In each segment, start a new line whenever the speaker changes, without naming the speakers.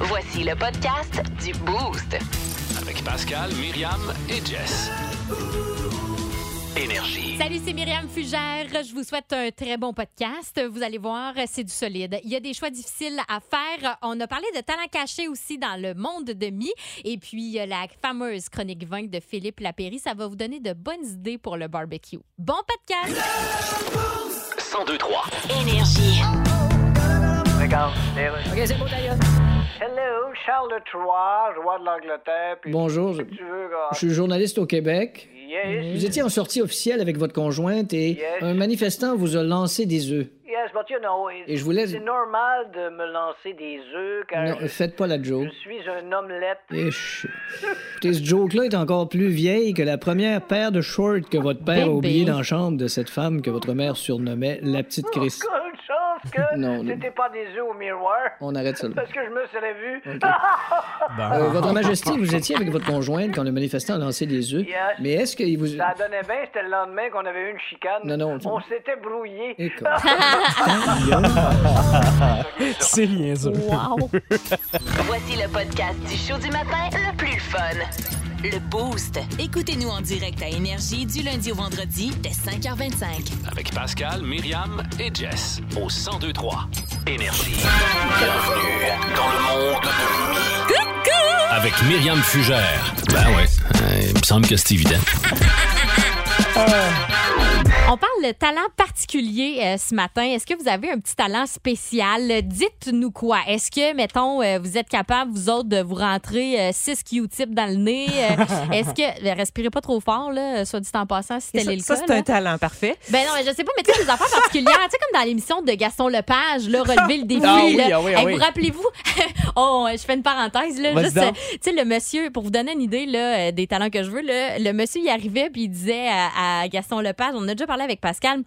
Voici le podcast du Boost.
Avec Pascal, Myriam et Jess. Énergie.
Salut, c'est Myriam Fugère. Je vous souhaite un très bon podcast. Vous allez voir, c'est du solide. Il y a des choix difficiles à faire. On a parlé de talent caché aussi dans le monde de mi. Et puis, il y a la fameuse chronique 20 de Philippe Lapéry. Ça va vous donner de bonnes idées pour le barbecue. Bon podcast!
1023.
Énergie.
Hello, Charles III, roi de l'Angleterre. puis
Bonjour, je,
Tu veux, gars?
je suis journaliste au Québec.
Yes,
Vous étiez en sortie officielle avec votre conjointe et
Yes.
un manifestant vous a lancé des œufs.
yes, but you know, it-
Et je voulais-
c'est normal de me lancer des œufs car
Non, euh,
je,
faites pas la joke.
je suis un omelette.
Et je- Écoutez, ce joke-là est encore plus vieille que la première paire de shorts que votre père a
Bébé.
oublié dans la chambre de cette femme que votre mère surnommait la petite
Quelle
Chris.
chance que
Non, non.
Oh, c'était pas des œufs au miroir.
On arrête ça. là.
Parce que je me serais vu. Ah,
Euh, votre Majesté, vous étiez avec votre conjointe quand le manifestant a lancé des œufs.
Yes.
Mais est-ce qu'il vous...
Ça donnait bien, c'était le lendemain qu'on avait eu une chicane.
Non, non, tu-
On s'était brouillé.
Écoute.
C'est niaiseux.
Wow!
Voici le podcast du show du matin le plus fun. Le Boost.
Écoutez-nous en direct à Énergie du lundi au vendredi dès 5h25.
ah.
Avec Pascal, Myriam et Jess. Au 1023. Énergie. Bienvenue dans le monde de Avec Myriam Fugère. Ben ouais. il me semble que c'est évident.
On parle de talent particulier euh, ce matin. Est-ce que vous avez un petit talent spécial? Dites-nous quoi. Est-ce que, mettons, euh, vous êtes capable, vous autres, de vous rentrer euh, six Q-tips dans le nez? Euh, Est-ce que... euh, respirez pas trop fort, là, soit dit en passant, si
Et
tel est le
ça, ça,
cas.
c'est un
là.
talent parfait.
Ben non, mais je sais pas, mais tu sais, des affaires particulières. tu sais, comme dans l'émission de Gaston Lepage, là, relever le défi.
Ah oui,
là.
ah oui, ah
Hey,
oui.
Vous rappelez-vous, oh, je fais une parenthèse, là,
Vas-y
juste,
donc.
euh, tu sais, le monsieur, pour vous donner une idée, là, euh, des talents que je veux, là, le monsieur, il arrivait, puis il disait à, à Gaston Lepage, on en a déjà parlé avec Pascal,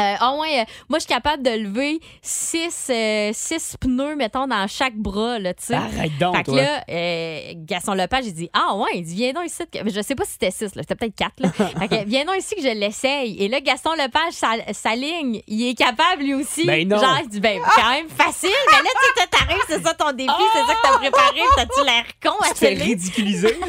euh, ah ouais, euh, moi je suis capable de lever six, euh, six pneus, mettons, dans chaque bras, là, tu sais.
Arrête donc,
Fait que
toi.
là, euh, Gaston Lepage, il dit Ah ouais, il dit Viens donc ici. que- Je sais pas si c'était 6, c'était peut-être 4. Là. fait que, viens donc ici que je l'essaye. Et là, Gaston Lepage sa- s'aligne. Il est capable lui aussi.
Ben non.
Genre, il dit Ben, quand même facile. Mais là, tu sais, toi, t'arrives, c'est ça ton défi, c'est ça que t'as préparé. T'as-tu l'air con à
Tu te fais
télé?
ridiculiser, là.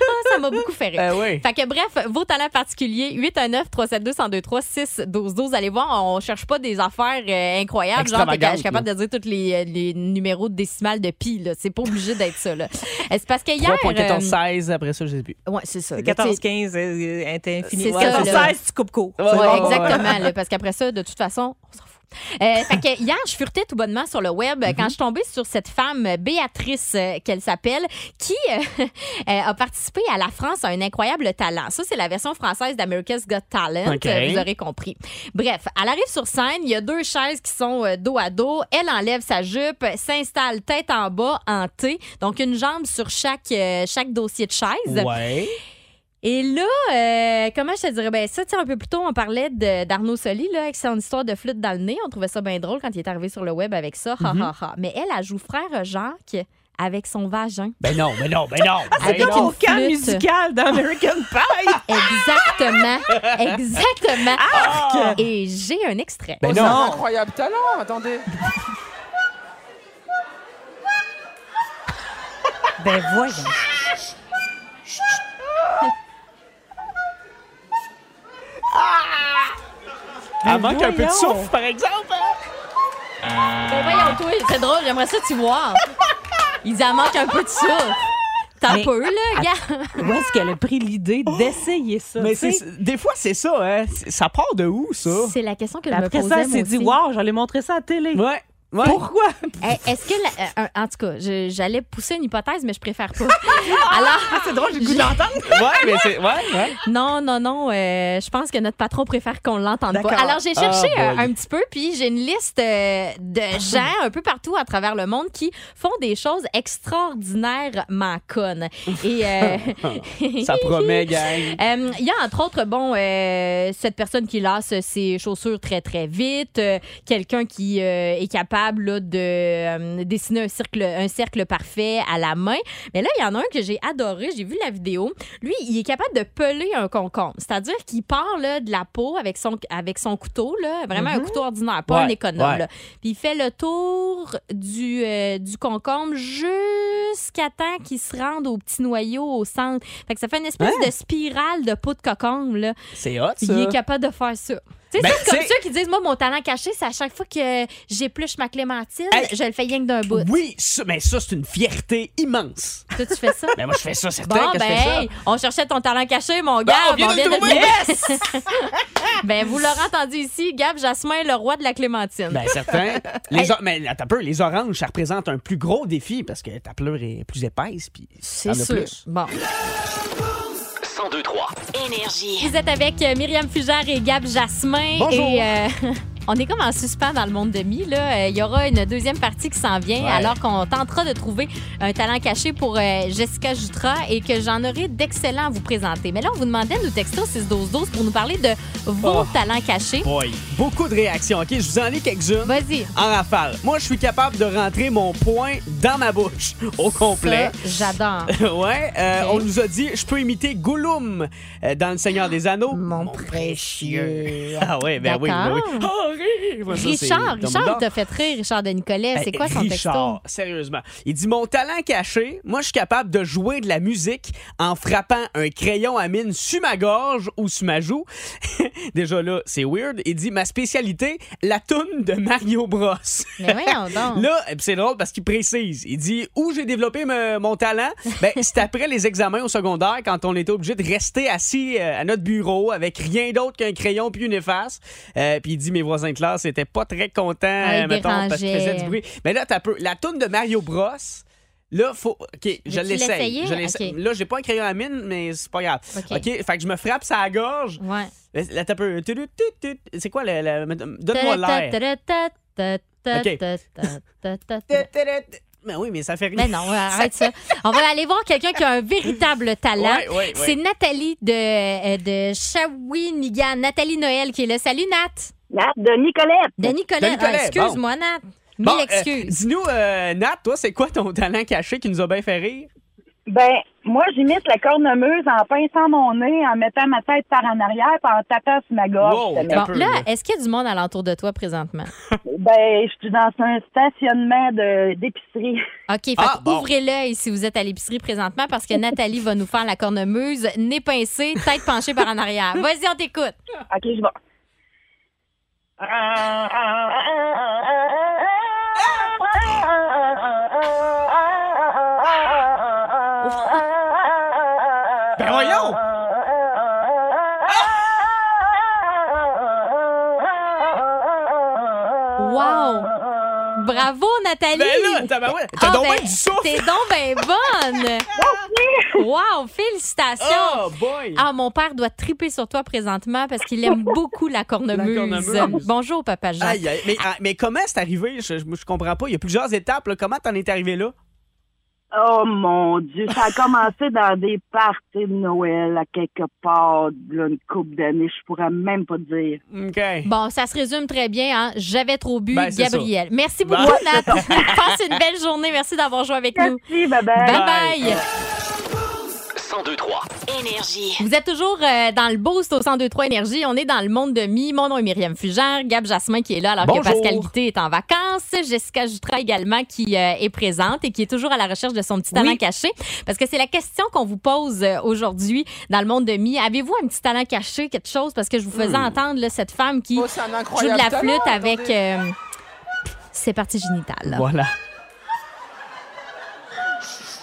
Ah, Ça m'a beaucoup fait rire.
Ben oui.
Fait que bref, vos talents particuliers, 819 372 1023 6 12 12 Allez voir, on cherche pas des affaires euh, incroyables. Genre, t'es-
Extravagantes,
je suis capable de dire tous les, euh, les numéros de décimales de pi. là. C'est pas obligé d'être ça. là. Euh, C'est parce que hier.
3.14, 16, après ça, je sais plus.
euh, ouais, c'est ça. là,
14,
t'sais,
15, euh, euh, est infini.
C'est
Ouais,
ça,
sur
là.
16, tu coupes court.
Ouais,
Ouais,
ouais,
exactement, là, parce qu'après ça, de toute façon, on s'en fout. Euh, fait que hier, je furetais tout bonnement sur le web
Mm-hmm.
euh, quand je suis tombée sur cette femme, euh, Béatrice, euh, qu'elle s'appelle, qui euh, euh, a participé à la France à un incroyable talent. Ça, c'est la version française d'America's Got Talent,
OK.
euh, vous aurez compris. Bref, elle arrive sur scène, il y a deux chaises qui sont euh, dos à dos, elle enlève sa jupe, s'installe tête en bas, en T, donc une jambe sur chaque, euh, chaque dossier de chaise.
Ouais.
Et là, euh, comment je te dirais? Ben, ça, tu sais, un peu plus tôt, on parlait de- d'Arnaud Soli, là, avec son histoire de flûte dans le nez. On trouvait ça bien drôle quand il est arrivé sur le web avec ça. Ha, ha, ha. Mais elle, elle joue frère Jacques avec son vagin.
Ben non, ben non, ben non.
Ah, C'est
Ben
comme
non.
une
Au camp
flûte.
musical d'American Pie.
Exactement. exactement. Et j'ai un extrait.
Ben
C'est un
non.
incroyable talent, attendez.
ben voyons.
Eh,
Elle manque un peu de
voyons.
souffle, par exemple. hein?
Ben voyons, toi, c'est drôle, j'aimerais ça t'y voir. Ils en manquent un peu de ça. T'as
Mais-
peu, là, gars.
Où est-ce qu'elle a pris l'idée d'essayer ça?
Mais
tu sais?
c'est- des fois, c'est ça, hein. C'est- Ça part de où, ça?
C'est la question que je me
Après
posais.
ça, elle
moi
s'est dit,
aussi.
wow, j'allais montrer ça à la télé.
Ouais. Ouais.
Pourquoi?
Eh, Est-ce que. la- euh, en tout cas, je- j'allais pousser une hypothèse, mais je préfère pas. Alors.
Ah, C'est drôle, j'ai le goût d'entendre.
Ouais, mais c'est. Ouais, ouais.
Non, non, non. euh, je pense que notre patron préfère qu'on l'entende pas.
D'accord.
Alors, j'ai cherché
Ah,
euh,
boy.
un petit peu, puis j'ai une liste euh, de gens un peu partout à travers le monde qui font des choses extraordinairement connes. Et. euh,
Ça promet, gang.
Euh, Il y a entre autres, bon, euh, cette personne qui lasse ses chaussures très, très vite, euh, quelqu'un qui euh, est capable capable là, de euh, dessiner un cercle, un cercle parfait à la main. Mais là, il y en a un que j'ai adoré. J'ai vu la vidéo. Lui, il est capable de peler un concombre. C'est-à-dire qu'il part là, de la peau avec son, avec son couteau, là, vraiment un couteau ordinaire, pas
Mhm. Ouais,
un économe.
ouais.
là. Puis il fait le tour du, euh, du concombre jusqu'à temps qu'il se rende au petit noyau au centre. Fait que ça fait une espèce de spirale de peau de concombre. Là.
Hein? C'est hot,
Il
ça.
est capable de faire ça. Tu sais,
Ben,
c'est comme
tu sais-
ceux qui disent, moi, mon talent caché, c'est à chaque fois que j'épluche ma clémentine,
Hey.
je le fais rien que d'un bout.
Oui, ça- mais ça, c'est une fierté immense.
Toi, tu fais ça?
Mais Ben, moi, je fais ça, certain
Bon,
que
ben,
je fais ça.
hey, on cherchait ton talent caché, mon Gab.
on vient de le
le
trouver.
trouver. ben, vous l'aurez entendu ici, Gab Jasmin, le roi de la clémentine.
Ben, certain. Les, or- mais attends un peu, les oranges, ça représente un plus gros défi parce que ta pleure est plus épaisse. Puis
c'est
t'en as
sûr.
plus.
Bon.
1023.
Énergie.
Vous êtes avec euh, Myriam Fugère et Gab Jasmin.
Bonjour.
Et, euh, on est comme en suspens dans le monde de mi. là. Euh, Il y aura une deuxième partie qui s'en vient
Ouais.
alors qu'on tentera de trouver un talent caché pour euh, Jessica Jutra et que j'en aurai d'excellents à vous présenter. Mais là, on vous demandait de nous texter au 6-12-12 pour nous parler de vos
Oh.
talents cachés.
Boy, beaucoup de réactions. OK, je vous en lis quelques-unes.
Vas-y.
En rafale. Moi, je suis capable de rentrer mon poing dans ma bouche au complet.
Ça, J'adore.
ouais, euh,
Ok. Ah,
on nous a dit, je peux imiter Gollum euh, dans Le Seigneur des Anneaux.
Mon précieux.
Ah ouais, ben oui, ben oui.
D'accord.
Arrive! Moi, ça, c'est
Richard, Richard, il
Dumbledore.
t'a fait rire, Richard de Nicolet. C'est
Hey,
quoi son texto?
Ben, Richard, sérieusement. Il dit Mon talent caché, moi, je suis capable de jouer de la musique en frappant un crayon à mine sur ma gorge ou sur ma joue. Déjà là, c'est weird. Il dit Ma spécialité, la toune de Mario Bros.
Mais voyons donc.
Là, et puis c'est drôle parce qu'il précise. Il dit où j'ai développé me- mon talent. Ben, c'est après les examens au secondaire quand on était obligé de rester assis euh, à notre bureau avec rien d'autre qu'un crayon puis une efface. Euh, puis il dit mes voisins de classe étaient pas très contents,
ils
euh, mettons, parce qu'ils
dérangeaient.
faisaient du bruit. Mais là, t'as peu la toune de Mario Bros. Là, faut. OK, je
Veux-tu l'essayer?
l'essaye. Je l'essaye.
Ok.
Là, j'ai pas un crayon à mine, mais c'est pas grave.
Ok.
OK, fait que je me frappe ça la gorge.
Ouais.
Là, t'as peu. C'est quoi le. le- Donne-moi l'air. Mais oui, mais ça fait rien.
Mais non, arrête ça. On va aller voir quelqu'un qui a un véritable talent.
Ouais, ouais, ouais.
C'est Nathalie de, euh, de Shawinigan. Nathalie Noël qui est là. Salut, Nat.
Nat de Nicolette.
De
De
Nicolas.
Nicolas,
Ah, Excuse-moi, Nat. Mille
Bon, euh,
excuses.
Dis-nous, euh, Nat, toi, c'est quoi ton talent caché qui nous a bien fait rire?
Ben, moi, j'imite la cornemuse en pinçant mon nez, en mettant ma tête par en arrière, puis en tapant sur ma gorge.
Wow, un
justement.
Bon,
peu,
là,
là.
est-ce qu'il y a du monde alentour de toi présentement?
Ben, je suis dans un stationnement de- d'épicerie.
OK, fait
Ah,
que
bon.
ouvrez l'œil si vous êtes à l'épicerie présentement parce que Nathalie va nous faire la cornemuse, nez pincé, tête penchée par en arrière. Vas-y, on t'écoute.
OK, je vais.
Ben voyons!
Wow! Bravo, Nathalie!
Ben là, t'as ben ouais, t'as
Ah,
donc
ben,
bien du souffle!
T'es donc ben bonne! wow, félicitations!
Oh boy!
Ah, mon père doit triper sur toi présentement parce qu'il aime beaucoup la cornemuse.
La cornemuse.
Bonjour, papa Jean.
Aïe, aïe. Mais, ah, mais comment c'est arrivé? Je, je, je comprends pas. Il y a plusieurs étapes. là. Comment t'en es arrivé là?
Oh mon Dieu, ça a commencé dans des parties de Noël à quelque part, là, une couple d'années, je pourrais même pas te dire.
OK.
Bon, ça se résume très bien. hein. J'avais trop bu,
Ben, c'est
Gabriel. Merci
Ben,
beaucoup, Nat. Passe une belle journée. Merci d'avoir joué avec nous.
Merci, bye bye.
Bye bye.
1023.
Énergie.
Vous êtes toujours euh, dans le boost au 1023 Énergie. On est dans le monde de mi. Mon nom est Myriam Fugère. Gab Jasmin qui est là alors
Bonjour.
que Pascal Guité est en vacances. Jessica Jutra également qui euh, est présente et qui est toujours à la recherche de son petit talent caché. Parce que c'est la question qu'on vous pose euh, aujourd'hui dans le monde de mi. Avez-vous un petit talent caché, quelque chose? Parce que je vous faisais
Hmm.
entendre là, cette femme qui
Oh, c'est un
joue de
incroyable
la flûte avec euh, ses parties génitales
Voilà.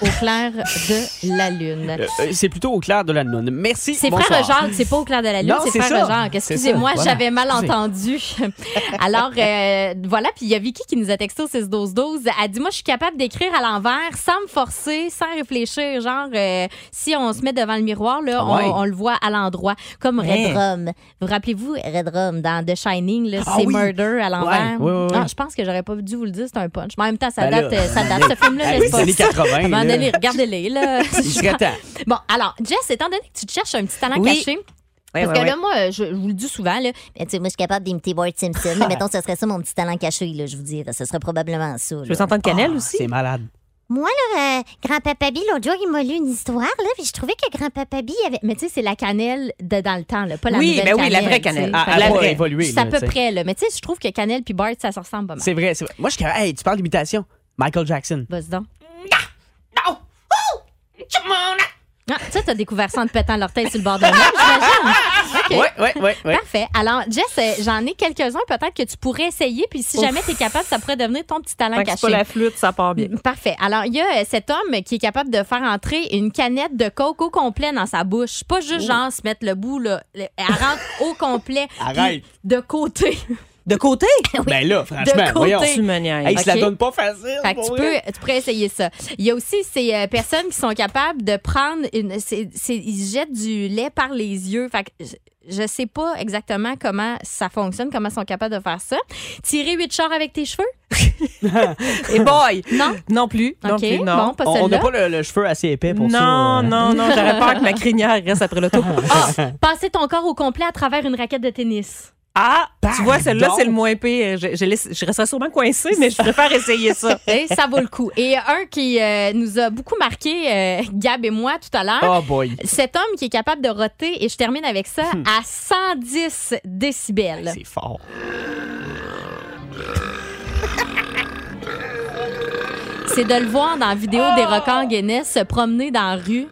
au clair de la lune.
Euh, euh, c'est plutôt au clair de la lune. Merci.
C'est
bonsoir.
Frère Jacques, c'est pas au clair de la lune,
Non,
c'est
c'est
Frère
ça.
Jacques.
C'est
Excusez-moi,
ça, voilà.
j'avais mal
Excusez.
entendu. Alors, euh, voilà, puis il y a Vicky qui nous a texté au 6 12 12 Elle dit, moi, je suis capable d'écrire à l'envers sans me forcer, sans réfléchir. Genre, euh, si on se met devant le miroir, là, on-
Ah Ouais.
on, le voit à l'endroit, comme
Hein.
Red Rum. Vous rappelez-vous, Red Rum, dans The Shining, là,
Ah
c'est
oui.
Murder à l'envers.
Ouais, ouais, ouais.
Ah, je pense que j'aurais pas dû vous le dire, c'est un punch. Mais en même temps, ça
Ben
date,
là.
euh, ça date ce film-là,
Ah,
n'est-ce
oui,
pas?
c'est les 80.
À un moment
là.
donné, regardez-les, là.
Il serait temps.
Bon, alors, Jess, étant donné que tu te cherches un petit talent
Oui.
caché,
Ouais,
Parce
ouais,
que là,
ouais.
moi, je, je vous le dis souvent, là, mais tu sais, moi, je suis capable d'imiter Bart Simpson. mais mettons, ce serait ça mon petit talent caché, là, je vous dis. Ce serait probablement ça.
Je veux s'entendre Canel
aussi.
aussi.
Ah, C'est malade.
Moi, là, euh, grand-papa Bill, l'autre jour, il m'a lu une histoire, là, puis je trouvais que grand-papa Bill avait. Mais tu sais, c'est la cannelle de dans le temps, là, pas la
Oui,
nouvelle
ben oui, la vraie
tu sais.
cannelle.
Ah,
Fait
elle
que-
va évoluer,
C'est à
là,
peu
tu sais.
près, là. Mais tu sais, je trouve que cannelle puis Bart, ça se ressemble pas mal.
C'est vrai, c'est vrai. Moi, je suis capable- Hey, tu parles d'imitation. Michael Jackson.
Vas-y donc. Oh! Ah, tu sais, t'as découvert ça en te pétant l'orteil sur le bord de l'eau, j'imagine. OK.
Ouais, ouais, ouais, ouais.
Parfait. Alors, Jess, euh, j'en ai quelques-uns peut-être que tu pourrais essayer, puis si jamais tu es capable, ça pourrait devenir ton petit talent
Tant que c'est
caché.
pas la flûte, ça part bien.
Mm, Parfait. Alors, il y a euh, cet homme qui est capable de faire entrer une canette de coke au complet dans sa bouche. Pas juste, genre, se mettre le bout, là. Le- Elle rentre au complet. puis
Arrête.
De côté.
De côté?
Ben là, franchement,
côté.
voyons.
Tu
Tu me niaises.
Hey, il se la
Ok.
donne pas facile.
Fait que
pour
tu,
vrai.
peux, tu pourrais essayer ça. Il y a aussi ces euh, personnes qui sont capables de prendre une. c'est- c'est- ils jettent du lait par les yeux. Fait que je- je sais pas exactement comment ça fonctionne, comment ils sont capables de faire ça. Tirer huit chars avec tes cheveux?
Et boy!
Non?
Non plus. Non
OK.
plus, non.
Bon, pas
On- On n'a
celle-là.
pas le, le cheveu assez épais pour ça.
non,
euh.
non, non, Oh, j'aurais peur que ma crinière reste après l'auto.
Ah! passer ton corps au complet à travers une raquette de tennis.
Ah, tu vois, celle-là,
Pardon?
c'est le moins pire. Je, je, laisse- je resterais sûrement coincée, mais je préfère essayer ça.
Et ça vaut le coup. Et un qui euh, nous a beaucoup marqué, euh, Gab et moi, tout à l'heure.
Oh boy. Hmm.
Cet homme qui est capable de roter, et je termine avec ça, à 110 décibels.
C'est fort.
C'est de le voir dans la vidéo des records Guinness se promener dans la rue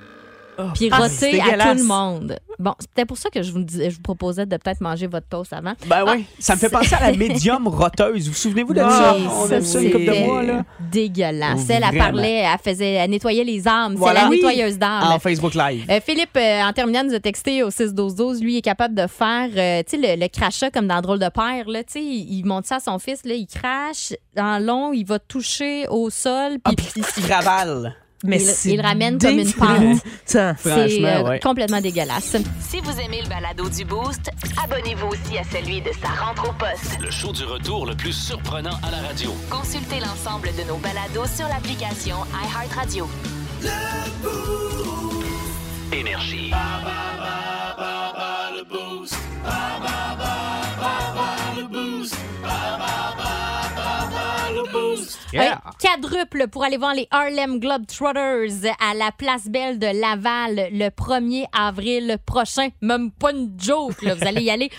puis
Oh! ah, c'est
roter à
dégueulasse.
tout le monde. Bon, c'était pour ça que je vous, disais- je vous proposais de peut-être manger votre toast avant. Ah,
Ben oui, ça me fait
c'est-
penser à la médium roteuse. Vous vous souvenez-vous de
Oui,
ça?
Mais
On a vu ça
Ah, c'est-
une couple de mois, là.
Dégueulasse. Elle, elle
Vraiment.
parlait, elle faisait, elle nettoyait les âmes.
Voilà. Ah,
C'est la
Oui.
nettoyeuse d'âmes.
En Facebook Live.
Euh, Philippe, euh, en terminant, nous a texté au 6-12-12. Lui, il est capable de faire euh, tu sais, le, le crachat comme dans Drôle de Père. Là, tu sais, il, il monte ça à son fils, là, il crache en long, il va toucher au sol.
Ah,
Puis
puis il ravale.
Mais
Euh, Il-
c'est
il ramène comme une
dégoûtant.
c'est
Franchement,
euh,
ouais.
complètement dégueulasse.
Si vous aimez le balado du Boost, abonnez-vous aussi à celui de sa rentre au poste.
Le show du retour le plus surprenant à la radio.
Consultez l'ensemble de nos balados sur l'application iHeartRadio.
Énergie.
Yeah.
Un quadruple pour aller voir les Harlem Globetrotters à la place Belle de Laval le 1er avril prochain. Même pas une joke, là. vous allez y aller.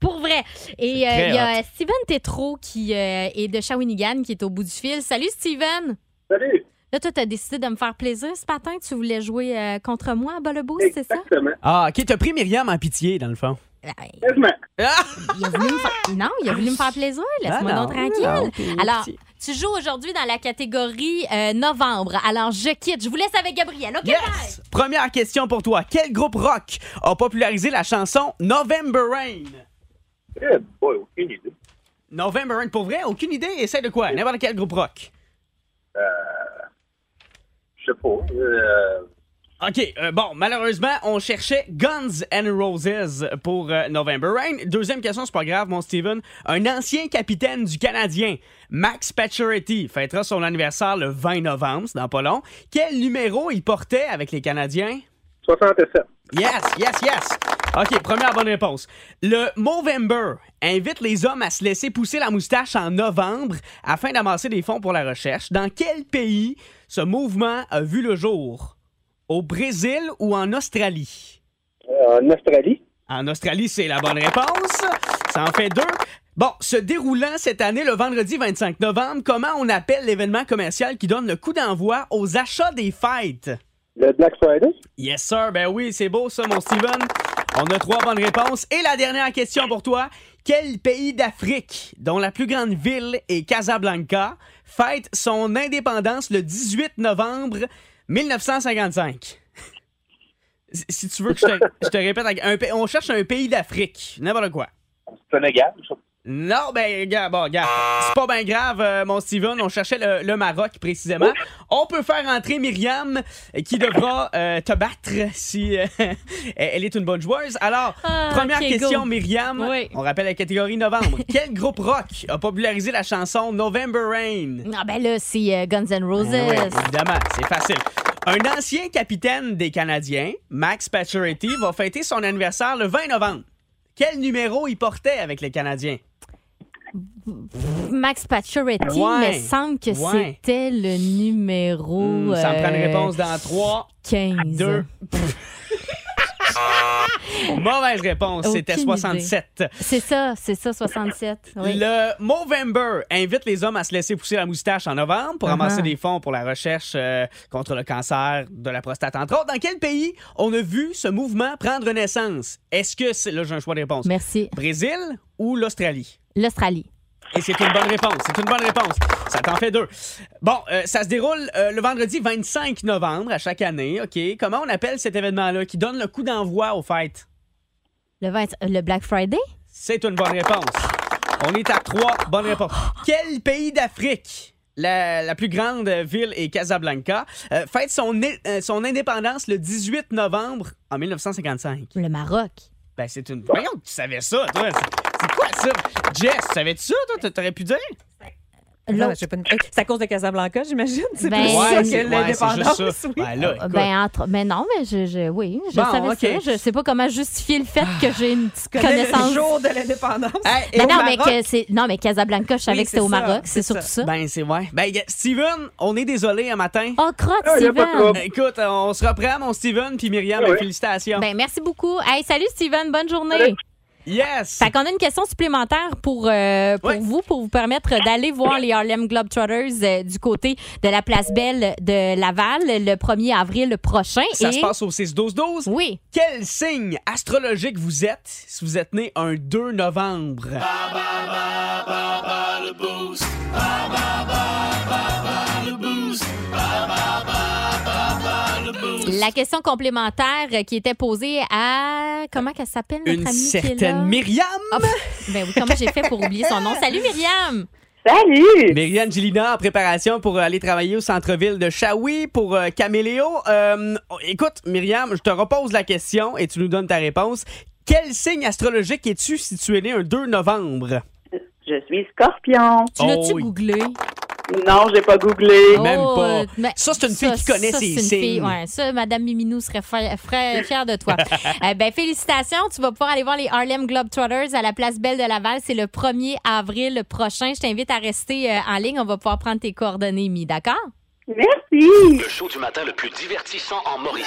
Pour vrai. Et euh,
très
il y a Steven Tétrault qui euh, est de Shawinigan qui est au bout du fil. Salut Steven!
Salut!
Là, toi, t'as décidé de me faire plaisir ce matin. Tu voulais jouer euh, contre moi à bas le boost, c'est ça?
Exactement.
Ah, OK, t'as pris Myriam en pitié, dans le fond.
Ben,
Quasiment.
il a voulu me faire- Ah, Non, il a voulu me faire plaisir. Laisse-moi
Ah, non.
donc tranquille.
Non, t'es
Alors,
pitié.
tu joues aujourd'hui dans la catégorie euh, novembre. Alors, je quitte. Je vous laisse avec Gabriel. OK, bye!
Yes! Première question pour toi. Quel groupe rock a popularisé la chanson November Rain?
Eh, boy, aucune idée. Eh.
November Rain, pour vrai, aucune idée. Essaye de quoi? N'importe quel groupe rock.
Je sais pas. Euh,
OK, euh, bon, malheureusement, on cherchait Guns N' Roses pour euh, November Rain. Deuxième question, c'est pas grave, mon Steven. Un ancien capitaine du Canadien, Max Pacioretty, fêtera son anniversaire le 20 novembre, c'est dans pas long. Quel numéro il portait avec les Canadiens?
67.
Yes, yes, yes. OK, première bonne réponse. Le Movember invite les hommes à se laisser pousser la moustache en novembre afin d'amasser des fonds pour la recherche. Dans quel pays ce mouvement a vu le jour? Au Brésil ou en Australie?
Euh, en Australie.
En Australie, c'est la bonne réponse. Ça en fait deux. Bon, se déroulant cette année le vendredi 25 novembre, comment on appelle l'événement commercial qui donne le coup d'envoi aux achats des fêtes?
Le Black Friday.
Yes, sir. Ben oui, c'est beau ça, mon Steven. On a trois bonnes réponses. Et la dernière question pour toi. Quel pays d'Afrique, dont la plus grande ville est Casablanca, fête son indépendance le 18 novembre 1955? Si- Si tu veux que je te, je te répète, un pa- on cherche un pays d'Afrique. N'importe quoi.
Sénégal. je sais pas.
Non, ben, gars, bon, gars, c'est pas bien grave, euh, mon Steven. On cherchait le, le Maroc précisément. On peut faire entrer Myriam euh, qui devra euh, te battre si euh, elle est une bonne joueuse. Alors,
Ah,
première
ok,
question,
go.
Myriam.
Oui.
On rappelle la catégorie novembre. Quel groupe rock a popularisé la chanson November Rain?
ben, Ah ben là, c'est euh, Guns N' Roses.
Ben oui, évidemment, Eh c'est facile. Un ancien capitaine des Canadiens, Max Pacioretty, va fêter son anniversaire le 20 novembre. Quel numéro il portait avec les Canadiens?
Max Pacioretty,
Ouais.
mais il me semble que
Ouais. Hmm,
c'était le numéro.
Ça me prend une
euh,
réponse dans 3,
15.
2... Mauvaise réponse, c'était
Aucune
67.
C'est ça, c'est ça, 67. Oui.
Le Movember invite les hommes à se laisser pousser la moustache en novembre pour
Ah
ramasser
ah.
des fonds pour la recherche euh, contre le cancer de la prostate. Entre autres, dans quel pays on a vu ce mouvement prendre naissance? Est-ce que c'est... Là, j'ai un choix de réponse.
Merci.
Brésil ou l'Australie?
L'Australie.
Et c'est une bonne réponse. C'est une bonne réponse. Ça t'en fait deux. Bon, euh, ça se déroule euh, le vendredi 25 novembre à chaque année. OK. Comment on appelle cet événement-là qui donne le coup d'envoi aux fêtes?
Le, 20 le Black Friday?
C'est une bonne réponse. On est à trois bonnes réponses. Quel pays d'Afrique, la, la plus grande ville est Casablanca, euh, fête son, é- euh, son indépendance le 18 novembre en 1955?
Le Maroc.
Ben, c'est une. Voyons, tu savais ça, toi. C'est- C'est quoi ça? Jess, savais-tu ça, toi? T- T'aurais pu dire?
Non, j'ai pas une- Hey, C'est à cause de Casablanca, j'imagine. C'est
Ben,
plus
Ouais,
ça que
c'est-
ouais, c'est
Oh,
juste
l'indépendance.
ça. Ben là, écoute.
Ben, entre... Mais non, mais je, je- oui, je
Bon,
savais
ok. Ah,
ça. Je sais pas comment justifier le fait que j'ai une petite
connais le
connaissance.
jour de l'indépendance.
Ben non, mais que c'est... non, mais Casablanca, je savais
Oui,
que c'était
c'est
au
ça,
Maroc.
c'est
C'est surtout ça.
Ben, c'est ouais. Ben, y- Steven, on est désolé un matin.
Oh, crotte,
Ah, y a pas de
Steven.
trouble. Écoute, on se reprend, mon Steven, puis Myriam,
Ah
ben,
oui.
félicitations.
Ben, merci beaucoup. Hey, salut, Steven. Bonne journée.
Yes!
Fait qu'on a une question supplémentaire pour, euh, pour vous, pour vous permettre d'aller voir les Harlem Globetrotters euh, du côté de la place Belle de Laval le 1er avril prochain.
Ça
Hein, Et-
se passe au 6-12-12.
Oui.
Quel signe astrologique vous êtes si vous êtes né un 2 novembre?
La question complémentaire euh, qui était posée à. Comment qu'elle s'appelle, notre
Une
amie qui est
certaine
là?
Myriam.
Ah, pff, ben oui, comment j'ai fait pour oublier son nom? Salut, Myriam!
Salut! Myriam Gilina en préparation pour euh, aller travailler au centre-ville de Shawi pour euh, Caméléo. Euh, écoute, Myriam, je te repose la question et tu nous donnes ta réponse. Quel signe astrologique es-tu si tu es né un 2 novembre?
Je suis scorpion.
Tu l'as-tu Oh oui.
googlé?
Non, j'ai pas googlé.
Même pas.
euh, mais-
Ça, c'est une fille qui connaît
ça,
ses
c'est une
signes.
fille- ouais, ça, Madame Miminou serait fa- fra- fière de toi. Euh, ben, félicitations. Tu vas pouvoir aller voir les Harlem Globetrotters à la place Belle de Laval. C'est le 1er avril prochain. Je t'invite à rester euh, en ligne. On va pouvoir prendre tes coordonnées, Mi, d'accord?
Le show du matin le plus divertissant en Mauricie.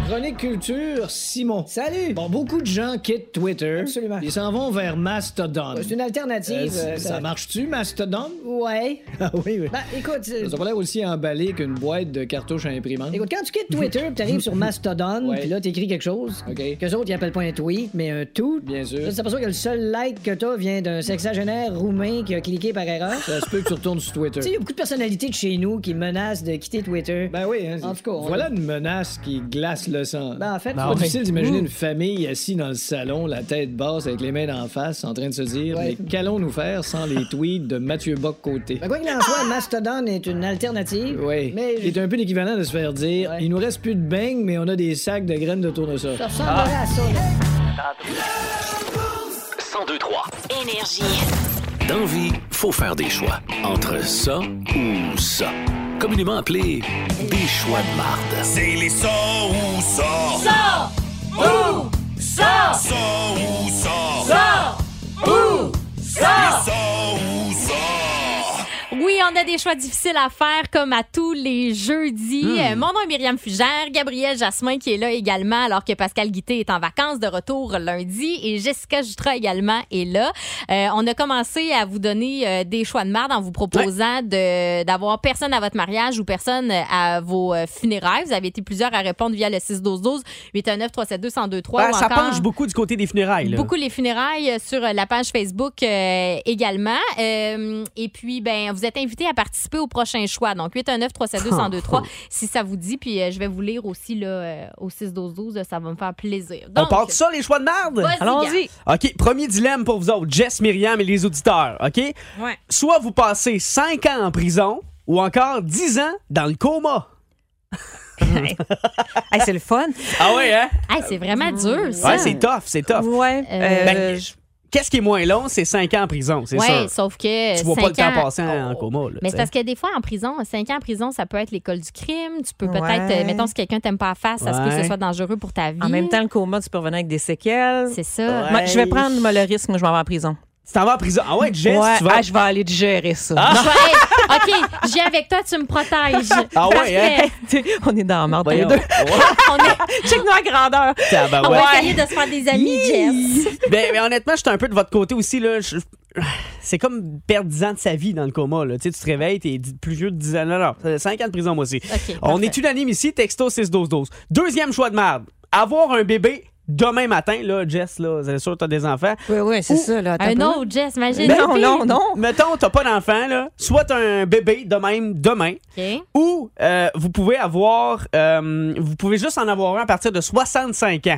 Chronique culture, Simon. Salut! Bon, beaucoup de gens quittent Twitter. Absolument. Ils s'en vont vers Mastodon.
C'est une alternative.
Euh,
euh,
ça marche-tu, Mastodon?
Ouais.
Ah oui, oui.
Ben, écoute, euh,
Ça l'air aussi emballé qu'une boîte de cartouches à imprimante.
écoute, quand tu quittes Twitter, puis t'arrives sur Mastodon,
Ouais.
puis là, t'écris quelque chose.
OK.
Qu'eux autres, ils appellent pas un tweet, mais un tout.
Bien sûr.
Là, tu t'aperçois que le seul like que t'as vient d'un sexagénaire roumain qui a cliqué par erreur.
Ça se peut que tu retournes sur Twitter.
Tu sais, il y a beaucoup de personnalités de chez nous qui menacent de quitter Twitter.
Ben oui, hein,
En tout cas, on-
Voilà une menace qui glace le sang.
Ben, en fait,
c'est pas
ouais.
difficile d'imaginer
Mm.
une famille assise dans le salon, la tête basse, avec les mains dans la face, en train de se dire
Ouais.
Mais qu'allons-nous faire sans les tweets de Mathieu Bock-Côté?
Ben, quoi qu'il en soit, Mastodon est une alternative.
Oui.
Mais
C'est un peu l'équivalent de se faire dire il nous reste plus de beignes, mais on a des sacs de graines de tournesol.
ça
Ah.
ressemblerait à ça. là.
1023.
Énergie.
Dans vie, faut faire des choix. Entre ça ou ça. Communément appelé des choix de marde. C'est les ça ou ça.
Ça ou ça. Ça ou ça. Ça ou ça. ou ça.
Oui, on a des choix difficiles à faire comme à tous les jeudis.
Hmm.
Euh, Mon nom est Myriam Fugère, Gabriel Jasmin qui est là également alors que Pascal Guité est en vacances de retour lundi et Jessica Jutra également est là. Euh, on a commencé à vous donner euh, des choix de marde en vous proposant de- d'avoir personne à votre mariage ou personne à vos euh, funérailles. Vous avez été plusieurs à répondre via le 612 819 372 1023
Ben, ça penche beaucoup du côté des funérailles. là.
Beaucoup les funérailles euh, sur euh, la page Facebook euh, également. Euh, et puis, ben, vous êtes invités à participer au prochain choix. Donc, 819 372
Oh.
1023 si ça vous dit. Puis, euh, je vais vous lire aussi là, euh, au 6-12-12. là, Ça va me faire plaisir.
On
Donc,
part de ça, les choix de merde?
Vas-y, Allons-y.
OK, premier dilemme pour vous autres, Jess, Myriam et les auditeurs, OK?
Ouais.
Soit vous passez 5 ans en prison ou encore 10 ans dans le coma.
Hey, c'est le fun.
Ah ouais, hein?
Hey, c'est vraiment dur, ça.
Ouais, c'est tough, c'est tough.
Ouais.
Euh,
Ben, Qu'est-ce qui est moins long? C'est 5 ans en prison, c'est
Ouais,
sûr.
sauf que.
Tu vois pas
cinq
le temps
ans- oh,
passer en, en coma. Là,
Mais
tu
c'est
sais.
parce que des fois, en prison, 5 ans en prison, ça peut être l'école du crime. Tu peux
Ouais.
peut-être, euh, mettons, si quelqu'un t'aime pas à face, ça se peut que
Ouais.
ce soit dangereux pour ta vie.
En même temps, le coma, tu peux revenir avec des séquelles.
C'est ça.
Moi, je vais prendre moi, le risque, moi, je m'en vais en prison.
Tu t'en vas en prison? Ah ouais, Jess,
Ouais,
tu vas.
ah, je vais aller digérer ça.
Ah!
Non.
Je vais- hey, OK, j'ai avec toi, tu me protèges.
Ah ouais,
Parfait.
hein?
On est dans la merde, les
Voyons.
deux.
On est-
Check nos grandeur.
Tabarouette.
On va
Ouais.
essayer de se faire des amis, Jess.
ben, mais honnêtement, je suis un peu de votre côté aussi. Là. Je- C'est comme perdre 10 ans de sa vie dans le coma. Là. Tu, sais, tu te réveilles, t'es dix- plus vieux de 10 ans. Non, non, 5 ans de prison, moi aussi.
OK,
On
parfait.
est unanime ici, texto 6-12-12. Deuxième choix de merde, avoir un bébé demain matin. Là, Jess, là, c'est sûr que t'as des enfants.
Oui, oui, c'est
Ou-
ça. Là, attends
Un
peu.
autre, Jess, imagine.
Ben,
non, non, non.
Mettons, t'as pas d'enfant, là. Soit t'as un bébé de même demain,
OK.
ou euh, vous pouvez avoir. euh, vous pouvez juste en avoir un à partir de 65 ans.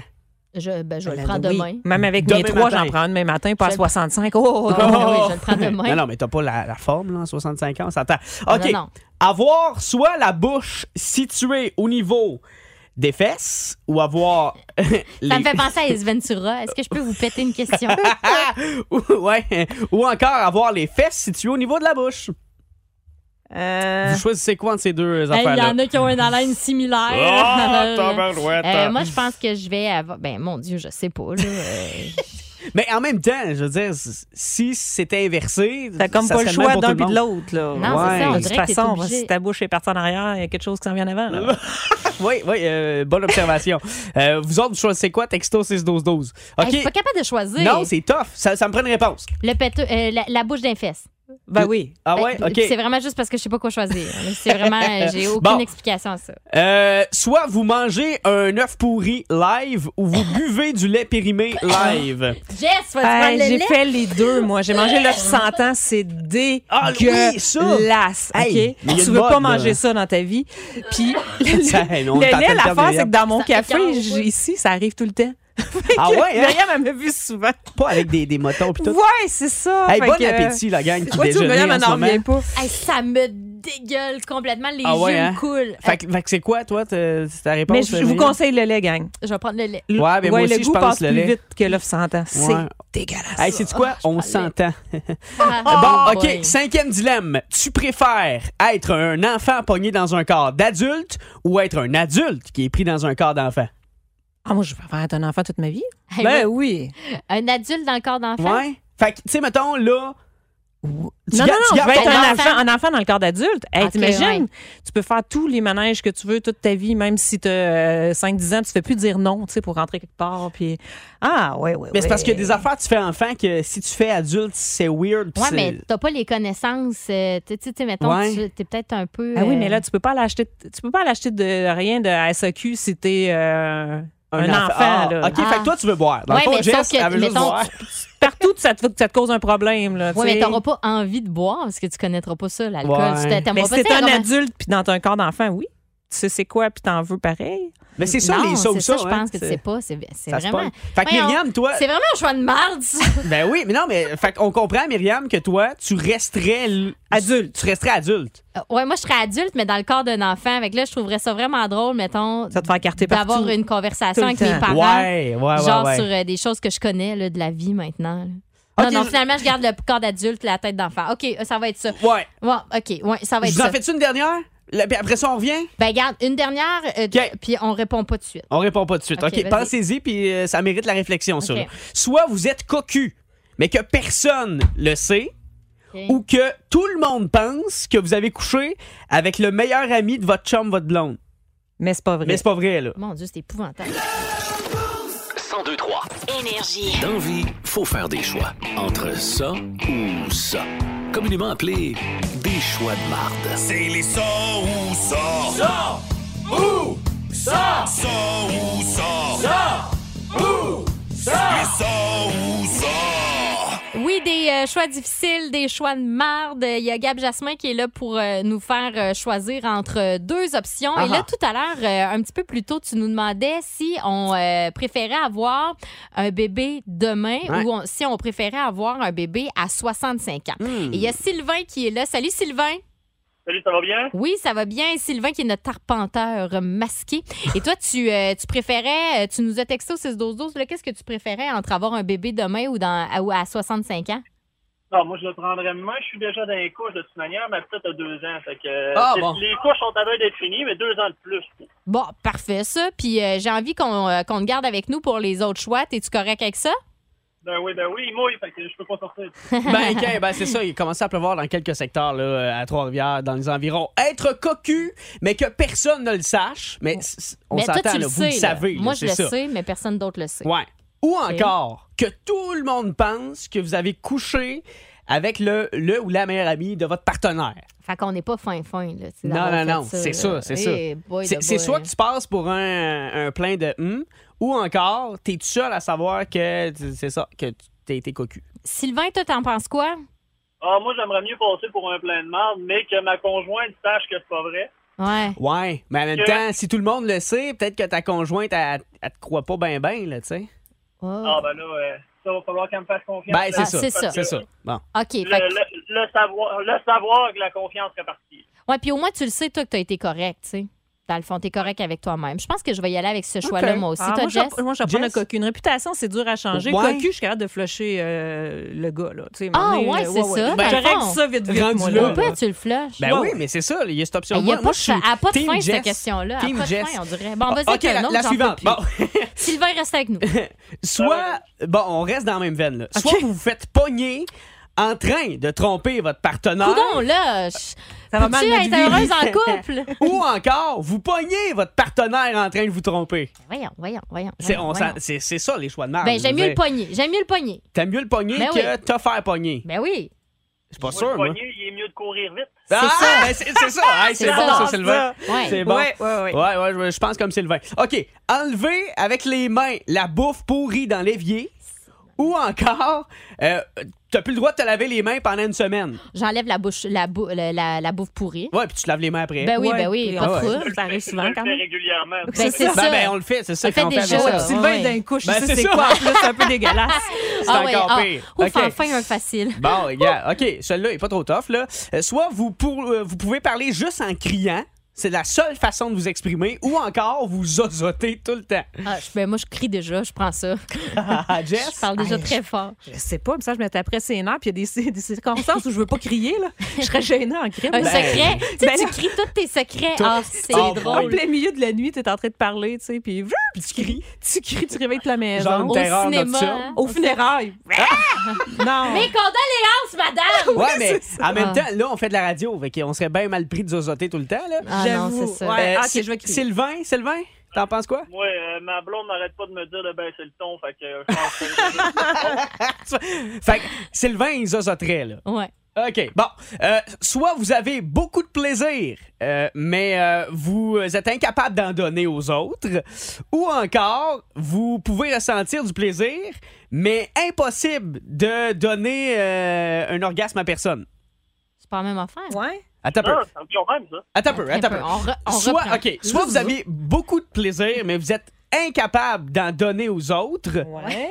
Je, ben, je vais le
Ben
prends
oui.
demain.
Même avec
Demain
mes trois,
matin.
j'en prends un demain matin, pas à
Je-
65. Oh,
Ah, oui, oui, je le prends demain. Ah,
Non, non, mais t'as pas la, la forme, là, en 65 ans, on s'entend. OK.
non.
Avoir soit la bouche située au niveau des fesses ou avoir.
Ça
les-
me fait penser à Ace Ventura. Est-ce que je peux vous péter une question?
ou, ouais, ou encore avoir les fesses situées au niveau de la bouche.
Euh, Ben,
Vous choisissez quoi entre ces deux
Hey, Il y
affaires-là?
en a qui ont une haleine similaire.
Ah, tabarouette.
Euh, moi, je pense que je vais avoir. Ben, mon Dieu, je sais pas. Là. Euh,
Mais en même temps, je veux dire, c- si c'était inversé,
T'as comme
ça
pas le
serait même
choix
pour
d'un puis
tout
de
le monde.
l'autre. là.
Non, c'est ça, on
De
dirait
toute
que t'es
façon,
obligé.
si ta bouche est partie en arrière, il y a quelque chose qui s'en vient en avant. là.
oui, oui, euh, bonne observation. Euh, vous autres, vous choisissez quoi? Texto 61212.
hey, je suis
OK.
pas capable de choisir.
Non, c'est tough. Ça, ça me prend une réponse.
Le péteux- euh, la, la bouche d'un fesse.
Ben oui.
Ah ouais,
Euh, C'est
OK.
vraiment juste parce que je sais pas quoi choisir. C'est vraiment. euh, J'ai aucune
Bon.
explication à ça.
Euh, soit vous mangez un œuf pourri live ou vous buvez du lait périmé live.
Jess, vas-tu
Hey,
prendre le
Euh, j'ai
lait?
fait les deux, moi. J'ai mangé l'œuf 100 ans, c'est
Ah, oui, ça!
dégueulasse.
Hey,
OK?
mais il y a
Tu
une
veux pas
mode,
manger
là.
ça dans ta vie. Puis,
Ça,
le,
non, on
le
est en train
lait,
de perdre
l'affaire,
des
c'est que dans mon
Ça
café,
écarte,
j'ai-
oui.
ici, ça arrive tout le temps.
Ah ouais, hein?
Myriam, elle m'a vu souvent.
Pas avec des, des motons pis tout.
Ouais, c'est ça.
Hey,
Fait
bon
que, euh,
appétit, la gang qui
Ouais, tu vois,
déjeune
Myriam,
en
elle
ce
n'en
moment.
revient pas.
Hey, ça me dégueule complètement. Les
Ah
yeux
ouais, hein?
me coulent.
Fait que, fait que c'est quoi, toi, te- c'est ta réponse?
Mais je, je vous
Myriam?
conseille le lait, gang.
Euh, Je vais prendre le lait.
Le-
Ouais, mais moi aussi,
le
je
goût
pense
passe
le
plus
lait.
vite que l'œuf 100 ans. C'est
Ouais.
dégueulasse.
Hey, c'est quoi? On s'entend.
Ah,
bon, OK.
boy.
Cinquième dilemme. Tu préfères être un enfant pogné dans un corps d'adulte ou être un adulte qui est pris dans un corps d'enfant?
Ah, moi, je préfère être un enfant toute ma vie.
Hey,
ben
moi-
oui.
Un adulte dans le corps d'enfant.
Ouais. Fait que, tu sais, mettons, là. tu
non,
gardes- tu
non, ben, non, je
gardes
vais être
ton
un
enfant.
enfant, un enfant dans le corps d'adulte. Hey,
Ok,
T'imagines?
ouais.
Tu peux faire tous les manèges que tu veux toute ta vie, même si tu 5-10 ans, tu fais plus dire non, tu sais, pour rentrer quelque part. Puis... Ah, ouais, ouais,
Mais c'est
ouais.
parce qu'il y a des affaires que tu fais enfant que si tu fais adulte, c'est weird. pis
Ouais,
c'est-
mais t'as pas les connaissances. euh, Tu tu- tu sais, mettons,
Ouais.
tu- t'es peut-être un peu.
Ah oui, mais
euh,
là, tu peux pas l'acheter. Tu peux pas l'acheter de rien de SAQ si t'es euh, un, enfant.
Ah,
là.
OK, fait que toi, tu veux boire. Dans
Ouais,
le fond,
mais sauf
Jess,
que,
elle veut juste
mettons,
boire.
Partout, ça te, ça te cause un problème. Là,
Oui,
tu
mais
sais.
t'auras pas envie de boire parce que tu connaîtras pas ça, l'alcool.
Ouais.
Tu t'a- t'aimeras
Mais
pas
si t'es
ça,
un
comment-
adulte, puis dans un corps d'enfant, oui. Tu sais c'est quoi, puis t'en veux pareil.
Mais c'est ça,
Non,
les ça ou
c'est
ça.
je
hein,
pense que tu
c'est-
sais pas. C'est c'est
ça se
vraiment.
pogne. Fait que
Voyons,
Myriam, toi.
C'est vraiment un choix de marde, ça.
Ben oui, mais non, mais fait on comprend, Myriam, que toi, tu resterais l- adulte. Tu resterais adulte.
Euh, Ouais, moi, je serais adulte, mais dans le corps d'un enfant. Avec là, je trouverais ça vraiment drôle, mettons,
Ça te fait écarter partout.
d'avoir une conversation
Tout le
avec
temps.
mes parents.
Ouais, ouais, ouais.
genre
ouais.
sur euh, des choses que je connais là, de la vie maintenant. là.
Ok,
non, non,
je-
finalement, je garde le corps d'adulte, la tête d'enfant. OK, euh, ça va être ça.
Ouais.
Bon, OK, Ah ouais, ça va
Je
être
vous en
ça.
fais-tu une dernière? Là, puis après ça, on revient?
Ben, garde une dernière, euh,
Ok.
puis on répond pas de suite.
On répond pas tout de suite.
Ok,
OK,
vas-y.
pensez-y, puis euh, ça mérite la réflexion, ça.
Ok.
là. Soit vous êtes cocu, mais que personne le sait,
Ok.
ou que tout le monde pense que vous avez couché avec le meilleur ami de votre chum, votre blonde.
Mais c'est pas vrai.
Mais c'est pas vrai, là.
Mon Dieu, c'est épouvantable.
1023.
Énergie.
Dans vie, faut faire des choix. Entre ça ou ça. Communément appelé des choix de marde.
C'est les ça ou ça. Ça ou ça. Ça ou ça. Ça ou ça. Les ça ou ça.
Oui, des euh, choix difficiles, des choix de marde. Il y a Gab Jasmin qui est là pour euh, nous faire euh, choisir entre euh, deux options. Et
Ah
là,
ah.
tout à l'heure, euh, un petit peu plus tôt, tu nous demandais si on euh, préférait avoir un bébé demain
Ouais.
ou on- si on
Hmm.
préférait avoir un bébé à 65 ans. Et il y a Sylvain qui est là. Salut Sylvain.
Salut, ça va bien?
Oui, ça va bien. Sylvain, qui est notre arpenteur masqué. Et toi, tu, euh, tu préférais, euh, tu nous as texté au 6-12-12, là, qu'est-ce que tu préférais entre avoir un bébé demain ou, dans, à, ou à 65 ans?
Non, Ah, moi, je le prendrais moi. Je suis déjà dans les couches, de toute manière. Ma petite a deux ans. Fait que, euh,
Ah,
c'est-
bon.
Les couches sont à l'heure d'être finies, mais deux ans de plus.
Bon, parfait, ça. Puis euh, j'ai envie qu'on euh, qu'on te garde avec nous pour les autres choix. Es-tu correct avec ça?
Ben oui, ben oui, il mouille, fait que je peux pas sortir.
Ben, ok, ben, c'est ça, il commençait à pleuvoir dans quelques secteurs là, euh, à Trois-Rivières, dans les environs. Être cocu, mais que personne ne le sache. Mais c- c- on
Mais toi,
s'entend,
tu
là,
le
vous
sais,
le
là.
savez. là,
Moi, je
c'est
le
ça.
sais, mais personne d'autre le sait.
Ouais. Ou
Ok.
encore, que tout le monde pense que vous avez couché avec le, le ou la meilleure amie de votre partenaire.
Fait qu'on n'est pas fin-fin, là. tu sais,
Non,
d'avoir
non,
fait
non, c'est ça,
là.
c'est
Eh,
ça.
boy,
C'est-
de
C'est
boy.
soit que tu passes pour un, un plein de hum, ou encore, t'es tout seul à savoir que tu- c'est ça, que tu- t'as été cocu.
Sylvain, toi, t'en penses quoi?
Ah, moi, j'aimerais mieux passer pour un plein de marde, mais que ma conjointe sache que c'est pas vrai.
Ouais.
Ouais, mais en même
Que-
temps, si tout le monde le sait, peut-être que ta conjointe, elle, elle te croit pas bien, bien, là, tu sais.
Ah, ben là, euh, ça va falloir qu'elle me fasse confiance.
Ben, c'est
Parce
ça.
que
C'est ça. Bon.
OK.
Le,
fait que-
le- le savoir, le savoir que la confiance fait partie.
Ouais, puis au moins, tu le sais, toi, que t'as été correct, tu sais. Dans le fond, t'es correct avec toi-même. Je pense que je vais y aller avec ce choix-là, moi aussi.
Ah,
Toi,
moi, je-
Jess?
moi, je vais prendre le cocu. Une réputation, c'est dur à changer.
Ouais.
Cocu, je suis capable de flusher euh, le gars. Là. Tu sais,
Ah,
m'emmener,
ouais,
euh,
c'est ça.
Ben,
dans
je
le
règle
fond.
ça vite, vite. moi, là.
Au pire, tu le flushes.
Ben
Ouais,
oui,
ouais.
mais c'est ça, il y a cette
Il
option-là.
n'y a
Moi,
pas
je suis
de, fin- à pas de
team
fin,
Jess.
cette question-là. À
Team
pas de
Jess.
fin, on dirait. Bon, vas-y
Ah, OK,
avec un
la,
autre,
la
j'en peux
suivante.
plus.
Bon.
Sylvain, reste avec nous.
Soit, bon, on reste dans la même veine, là. Soit vous vous faites pogner en train de tromper votre partenaire.
Coudon, là, ça
va
tu
notre
être
vie?
heureuse en couple?
Ou encore, vous pognez votre partenaire en train de vous tromper.
Voyons, voyons, voyons.
C'est
voyons,
on s'en-
Ben, voyons.
c'est- c'est ça, les choix de marge.
Ben, j'aime
je veux
mieux le
dire.
poignet. J'aime mieux le poignet.
T'aimes mieux le pogner
Ben
que
oui.
te faire pogner.
Ben oui.
Je suis pas
Moi,
sûr,
le
moi.
poignet, il est mieux de courir vite.
Ah, ben, C'est c'est ça. Hey, c'est
C'est
bon,
ça.
ça, Sylvain.
Ouais.
C'est bon.
Ouais, ouais,
ouais.
ouais.
ouais, je pense comme Sylvain. OK. Enlever avec les mains la bouffe pourrie dans l'évier ou encore, euh, t'as plus le droit de te laver les mains pendant une semaine.
J'enlève la bouche, la, bou- la, la- la bouffe pourrie.
Ouais, puis tu te laves les mains après.
Ben oui, ben oui, pas de
fou.
fou. Ça arrive souvent quand même.
régulièrement.
Ben, c'est ça.
Ben, ben, on le fait, c'est ça.
On le fait
qu'on
déjà,
avec ça.
ouais. Sylvain est dans une couche,
Ben,
ça, c'est
ça.
quoi? Là, c'est un peu dégueulasse.
C'est
Ah ouais,
encore
ah,
pire.
ouf,
OK.
enfin un facile.
Bon, regarde, OK, celui-là est pas trop tough. Là. Euh, Soit vous, pour- euh, vous pouvez parler juste en criant, c'est la seule façon de vous exprimer, ou encore vous zozotez tout le temps.
Ah, je- ben moi, je crie déjà, je prends ça.
Jess?
Je parle déjà
Hey,
très
je-
fort.
Je sais pas, mais ça, je me taperais ses nerfs, puis il y a des, des circonstances où je veux pas crier, là. Je serais gênée en criant.
Un
Ben,
secret. Tu sais,
ben
tu
là,
cries tous tes secrets.
toi,
Ah,
tu sais,
c'est
En
drôle.
plein milieu de la nuit, t'es en train de parler, tu sais, puis, vrr, puis tu cries. Tu cries, tu réveilles toute la maison.
Genre une Au terreur cinéma, nocturne. hein.
Au funérail.
Ah!
Ah! non.
Mes condoléances, madame!
Ouais, mais en même
Ah.
temps, là, on fait de la radio, fait qu'on serait bien mal pris de zozoter tout le temps. Là.
Ah non,
J'avoue.
c'est ça. Ouais, ok,
Sy-
je vais crier.
Sylvain, Sylvain, t'en penses quoi?
Moi, euh, ma blonde n'arrête pas de me dire de baisser le ton, fait que euh, je pense que... Oh,
Fait que Sylvain, il zozoterait, là.
Ouais.
OK, bon. Euh, soit vous avez beaucoup de plaisir, euh, mais euh, vous êtes incapable d'en donner aux autres, ou encore, vous pouvez ressentir du plaisir, mais impossible de donner euh, un orgasme à personne.
C'est pas la même affaire.
Ouais.
Attends un peu.
Ah, c'est un pion même, ça.
Attends un peu,
Attends
attends
un peu. On
un peu.
re- on
soit,
reprend.
OK, soit vous avez beaucoup de plaisir, mais vous êtes incapable d'en donner aux autres.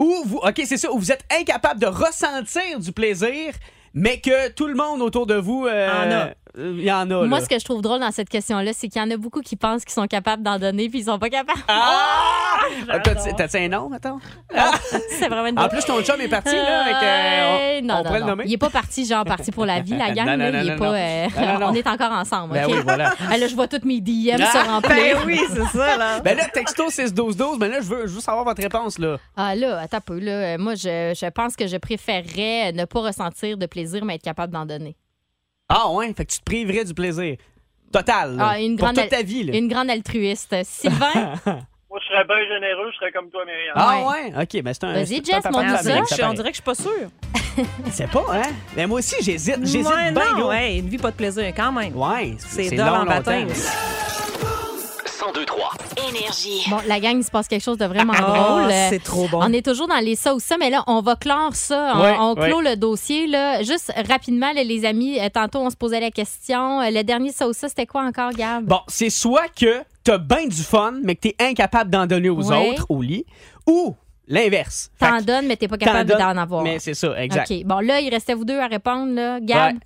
Ou vous, OK, c'est ça, ou vous êtes incapable de ressentir du plaisir, mais que tout le monde autour de vous. euh,
En a.
euh, Il y en a.
Moi,
là.
ce que je trouve drôle dans cette question-là, c'est qu'il y en a beaucoup qui pensent qu'ils sont capables d'en donner puis ils sont pas capables.
Ah, t'as- T'as-tu un nom, attends?
Ah, c'est vraiment une
En
bonne-
plus, ton chum est parti, là. avec, euh,
Euh,
on-
non,
on
non,
pourrait
non.
le nommer?
Il est pas parti, genre, parti pour la vie, la gang.
Non, non,
là,
non,
il est
non,
pas,
non.
euh,
Non, non, non.
On est encore ensemble.
Ben
OK?
oui, voilà.
Ah, là, je vois toutes mes DM se
Ah,
remplir.
Ben là, texto 6-12-12, mais ben là, je veux juste avoir votre réponse, là.
Ah là, attends un peu. Là. Euh, Moi, je, je pense que je préférerais ne pas ressentir de plaisir, mais être capable d'en donner.
Ah, ouais, fait que tu te priverais du plaisir. Total. là.
Ah, une
Pour
grande
toute
al-
ta vie, là.
Une grande altruiste. Sylvain?
Moi, je serais bien généreux, je serais comme toi, Myriam.
Ah ouais? OK, mais c'est un.
Vas-y,
c'est un
Jess,
papa de
montre-nous
famille,
ça.
paraît.
On dirait que je suis pas sûre.
C'est pas, hein? Mais moi aussi, j'hésite. J'hésite
Ouais,
bien,
non,
gros.
ouais, une vie pas de plaisir quand même.
Ouais,
c'est
c'est
dole
long,
en
longtemps.
baptême.
1023.
Énergie.
Bon, la gang, il se passe quelque chose de vraiment
Ah,
Oh,
drôle.
c'est
Euh,
trop bon.
On est toujours dans les ça ou ça, mais là, on va clore ça. On,
Ouais,
on clôt
ouais.
le dossier. Là. Juste rapidement, là, les amis, euh, tantôt, on se posait la question. Euh, Le dernier ça ou ça, c'était quoi encore, Gab?
Bon, c'est soit que t'as bien du fun, mais que t'es incapable d'en donner aux
Ouais.
autres au lit, ou l'inverse. Fait
T'en
que-
donnes, mais t'es pas capable
T'en donnes,
d'en avoir.
Mais c'est ça, exact.
OK. Bon, là, il restait vous deux à répondre, là. Gab,
Ouais.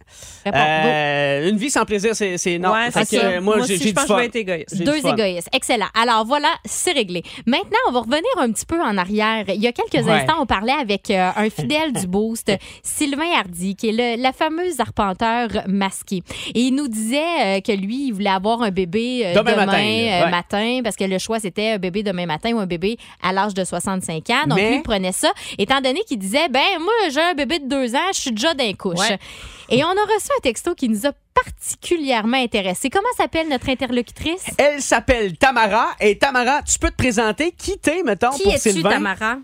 réponds.
Euh, une vie sans plaisir, c'est c'est non.
Ouais,
Fait
c'est
que,
ça.
euh, moi,
Moi
j'ai
aussi,
j'ai
je
du
pense que je
fun.
vais être égoïste.
J'ai
Deux
du fun.
égoïstes. Excellent. Alors voilà, c'est réglé. Maintenant, on va revenir un petit peu en arrière. Il y a quelques
Ouais.
instants, on parlait avec euh, un fidèle du Boost, Sylvain Hardy, qui est le, la fameuse arpenteur masqué. Et il nous disait euh, que lui, il voulait avoir un bébé euh,
Demain
demain,
matin, là.
euh,
Ouais.
matin, parce que le choix, c'était un bébé demain matin ou un bébé à l'âge de 65 ans. Donc,
Mais-
lui, il prenait ça, étant donné qu'il disait, ben moi, j'ai un bébé de deux ans, je suis déjà d'un couche.
Ouais.
Et on a reçu un texto qui nous a particulièrement intéressés. Comment s'appelle notre interlocutrice?
Elle s'appelle Tamara. Et Tamara, tu peux te présenter qui t'es, mettons,
Qui
pour
es-tu,
Sylvain?
Tamara?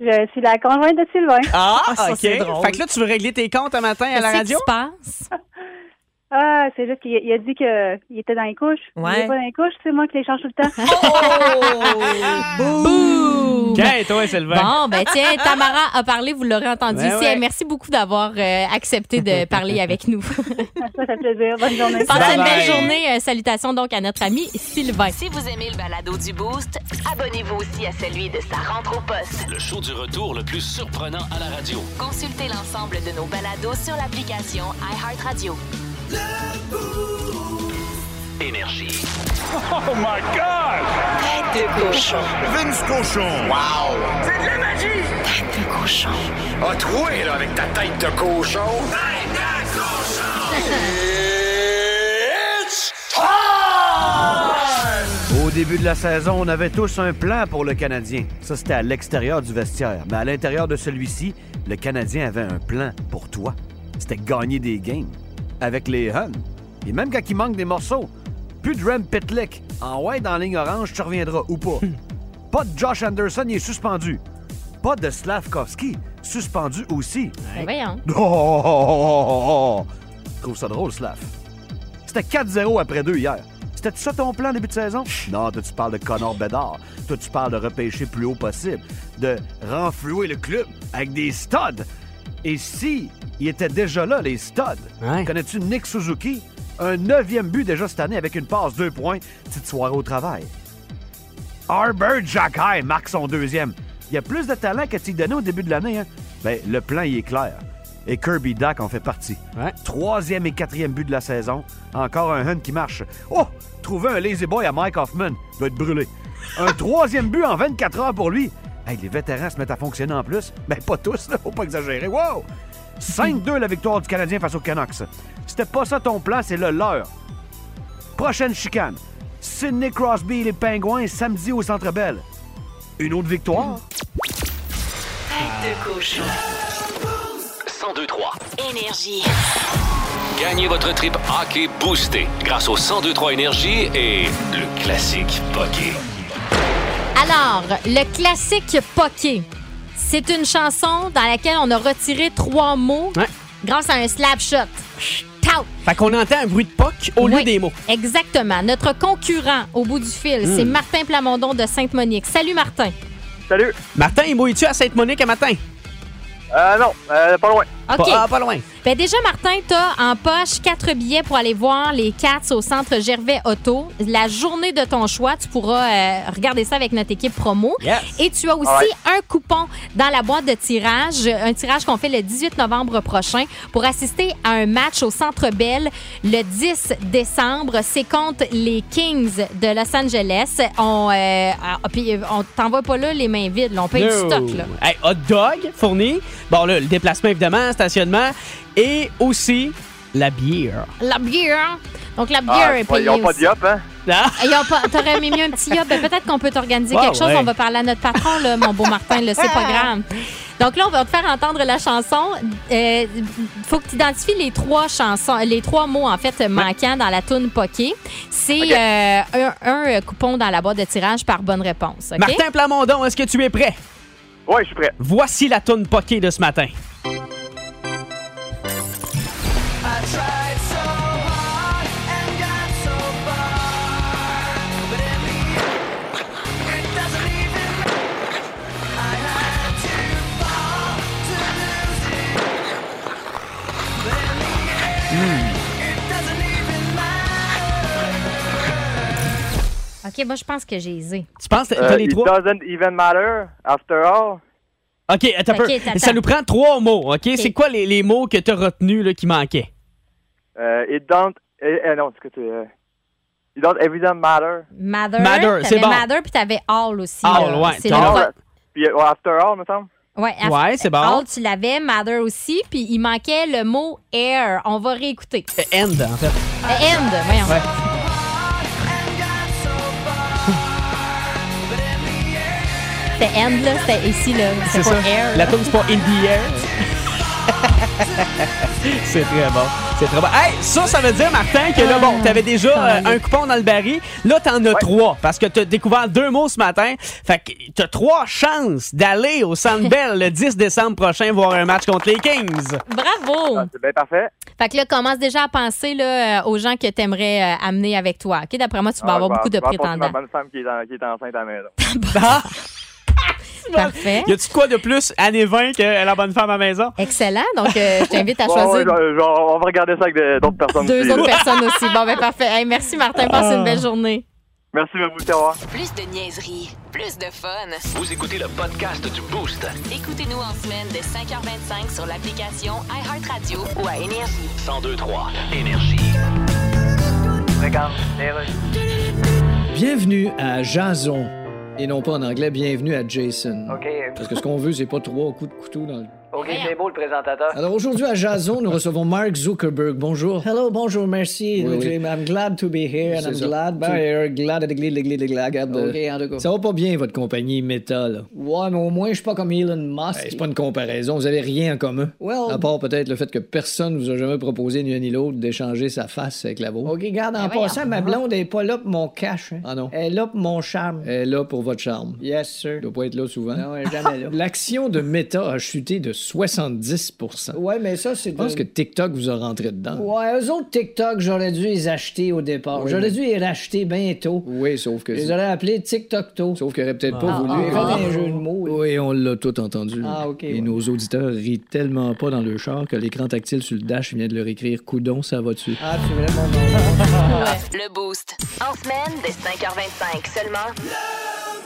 Je suis la conjointe de Sylvain.
Ah,
ça,
OK.
c'est drôle.
Fait que là, tu veux régler tes comptes un matin à la radio?
passe?
Ah, c'est juste qu'il il a dit qu'il était dans les couches.
Ouais.
Il est pas dans les couches, c'est moi qui les change tout le temps.
Boum! Tiens, toi, Sylvain.
Bon, ben tiens, Tamara a parlé, vous l'aurez entendu
Ben
ici.
ouais.
Merci beaucoup d'avoir euh, accepté de parler avec nous.
Ça fait plaisir. Bonne
Ben,
journée.
Passez une
Bye-bye.
belle journée. Euh, Salutations donc à notre ami Sylvain.
Si vous aimez le balado du Boost, abonnez-vous aussi à celui de sa rentre au poste.
Le show du retour le plus surprenant à la radio.
Consultez l'ensemble de nos balados sur l'application iHeartRadio.
Énergie.
Oh my God! Tête de cochon. Vince cochon. Wow! C'est de la magie! Tête de cochon. A troué, là, avec ta tête de cochon. Tête de cochon! It's time!
Au début de la saison, on avait tous un plan pour le Canadien. Ça, c'était à l'extérieur du vestiaire. Mais à l'intérieur de celui-ci, le Canadien avait un plan pour toi. C'était gagner des games avec les Huns. Et même quand il manque des morceaux, plus de Rem Pitlick. En ouais, dans la ligne orange, tu reviendras ou pas. pas de Josh Anderson, il est suspendu. Pas de Slavkovski, suspendu aussi.
Ben, voyons.
Oh, oh, oh, oh, oh, oh. Je trouve ça drôle, Slav. C'était 4-0 après 2 hier. C'était ça ton plan début de saison? Non, toi, tu parles de Connor Bedard. Toi, tu parles de repêcher plus haut possible, de renflouer le club avec des studs. Et si il était déjà là, les studs, connais-tu Nick Suzuki? Un neuvième but déjà cette année avec une passe, deux points, petite soirée au travail. Arbor Jacky marque son deuxième. Il y a plus de talent que tu donnais au début de l'année. Hein? Ben, le plan, il est clair. Et Kirby Dack en fait partie. Troisième et quatrième but de la saison. Encore un Hunt qui marche. Oh! Trouver un lazy boy à Mike Hoffman. Il doit être brûlé. Un troisième but en 24 heures pour lui. Hey, les vétérans se mettent à fonctionner en plus. Ben, pas tous, là. Faut pas exagérer. Wow! 5-2 la victoire du Canadien face aux Canucks. C'était pas ça ton plan, c'est le leur. Prochaine chicane. Sidney Crosby et les Pingouins samedi au Centre Bell. Une autre victoire?
Tête de cochon.
1023.
Énergie.
Gagnez votre trip hockey boosté grâce au 1023 Énergie et le classique hockey.
Alors, le classique Poké. C'est une chanson dans laquelle on a retiré trois mots grâce à un slap shot. Tout.
Fait qu'on entend un bruit de poc au lieu des mots.
Exactement. Notre concurrent au bout du fil,
Hmm.
c'est Martin Plamondon de Sainte-Monique. Salut Martin.
Salut. Martin, il mouille-tu à Sainte-Monique un matin?
Euh, non, euh, pas loin.
OK.
Pas, ah, pas loin.
Ben déjà, Martin, t'as en poche quatre billets pour aller voir les Cats au centre Gervais Auto. La journée de ton choix, tu pourras euh, regarder ça avec notre équipe promo.
Yes.
Et tu as aussi
Alright.
un coupon dans la boîte de tirage, un tirage qu'on fait le 18 novembre prochain pour assister à un match au centre Bell le 10 décembre. C'est contre les Kings de Los Angeles. On euh, ah, puis, euh, on t'envoie pas là les mains vides, là. on paye du
No.
stock. Là.
Hey, hot dog fourni. Bon, là, le déplacement, évidemment, stationnement. Et aussi la bière.
La bière. Donc la bière est
Ah,
payée.
ils ont pas de
aussi.
yop, hein? Ah.
Ils ont pas- T'aurais aimé mieux un petit yop. Ben, peut-être qu'on peut t'organiser
Bah
Ouais,
quelque chose.
ouais.
On va parler à notre patron, là, mon beau Martin. Là, c'est pas grave. Donc là, on va te faire entendre la chanson. Euh, faut que tu identifies les trois chansons, les trois mots en fait manquants dans la toune Poké. C'est euh, un, un coupon dans la boîte de tirage par bonne réponse. OK?
Martin Plamondon, est-ce que tu es prêt? Oui, je suis prêt. Voici la toune poquée de ce matin.
OK, moi, je pense que j'ai aisé.
Tu penses que t'as
Euh,
les
it
trois?
doesn't even matter, after all.
OK, attends un peu.
Ok, t'attends.
Ça nous prend trois mots, OK? C'est quoi les, les mots que t'as retenus là, qui manquaient?
Euh, it don't... Eh, eh, non, c'est que tu... euh, it don't even matter.
Mather.
Mather, c'est
T'avais
bon.
Mather, puis t'avais All aussi.
Ah,
All,
là.
ouais,
euh, C'est
t'as
le
all.
fun.
Puis euh, after all, me semble.
Ouais, af-
Ouais, c'est bon.
All, tu l'avais, Mather aussi, puis il manquait le mot air. On va réécouter.
End, en fait.
Euh, end, voyons.
Ouais.
C'était end, là, c'était ici, là.
C'est
C'était
ça.
pas air.
La
là.
tune, c'est pas In the Air. c'est très bon. C'est très bon. Hey, ça, ça veut dire, Martin, que là, bon, t'avais déjà
Ah,
euh, un coupon dans le baril. Là, t'en as trois parce que t'as découvert deux mots ce matin. Fait que t'as trois chances d'aller au Centre Bell le 10 décembre prochain voir un match contre les Kings.
Bravo!
Ah, C'est bien parfait.
Fait que là, commence déjà à penser là, euh, aux gens que t'aimerais euh, amener avec toi. OK? D'après moi, tu vas
Ah,
avoir
je vais-
beaucoup de
je vais apporter
prétendants.
ma bonne femme qui est, en- qui est enceinte à la maison.
Parfait.
Y a-tu quoi de plus année 20 que la bonne femme à la maison?
Excellent. Donc, euh, je t'invite à
Bon,
choisir
ouais, je- je- on va regarder ça avec de- d'autres personnes.
deux
aussi.
autres personnes aussi. Bon, ben parfait. Hey, merci, Martin. Passe
Ah.
une belle journée.
Merci, à vous, au revoir.
Plus de niaiserie, plus de fun.
Vous écoutez le podcast du Boost.
Écoutez-nous en semaine de 5h25 sur l'application iHeartRadio ou à Énergie.
1023 Énergie.
Regarde,
Bienvenue à Jason. Et non pas en anglais, bienvenue à Jason.
OK. euh,
Parce que ce qu'on veut, c'est pas trois coups de couteau dans le.
OK, c'est beau, le présentateur.
Alors aujourd'hui à Jason, nous recevons Mark Zuckerberg. Bonjour.
Hello, bonjour, merci.
Oui, oui.
I'm glad to be here and
C'est
I'm
ça.
glad
Ben,
to...
euh, glad, glad, glad, glad, glad, regarde,
Ok,
euh,
en tout cas.
Ça va pas bien, votre compagnie Meta, là.
Ouais, mais au moins, je suis pas comme Elon Musk.
Hey, c'est pas une comparaison, vous avez rien en commun.
Ah, Well-
À part peut-être le fait que personne vous a jamais proposé, ni un ni l'autre, d'échanger sa face avec la vôtre.
OK, regarde, en passant, ma blonde est pas là pour mon cash. hein.
Ah non.
Elle est là pour mon charme.
Elle est là pour votre charme.
Yes, sir.
doit pas être là souvent.
Non, elle est jamais là.
L'action de Meta a chuté de 70
Ouais, mais ça, c'est...
Je pense que TikTok vous a rentré dedans.
Ouais, eux autres TikTok, j'aurais dû les acheter au départ.
Oui,
j'aurais
mais-
dû les racheter bientôt.
Oui, sauf que.
Je les aurais appelés TikTok-to.
Sauf qu'elle aurait peut-être
Ah,
pas
ah,
voulu.
ah, ah. un jeu de mots.
Oui, on l'a tout entendu.
Ah, ok,
Et
ouais.
nos auditeurs rient tellement pas dans le char que l'écran tactile sur le dash vient de leur écrire Coudon, ça va dessus.
Ah, c'est vraiment bon.
Le Boost. En semaine de 5h25 seulement.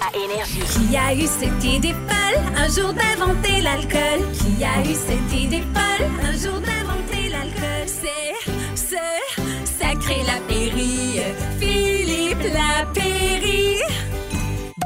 À Énergie.
Qui a eu cette idée folle un jour d'inventer l'alcool? Qui a eu cette idée folle un jour d'inventer l'alcool? C'est ce sacré Lapéry, Philippe Lapéry.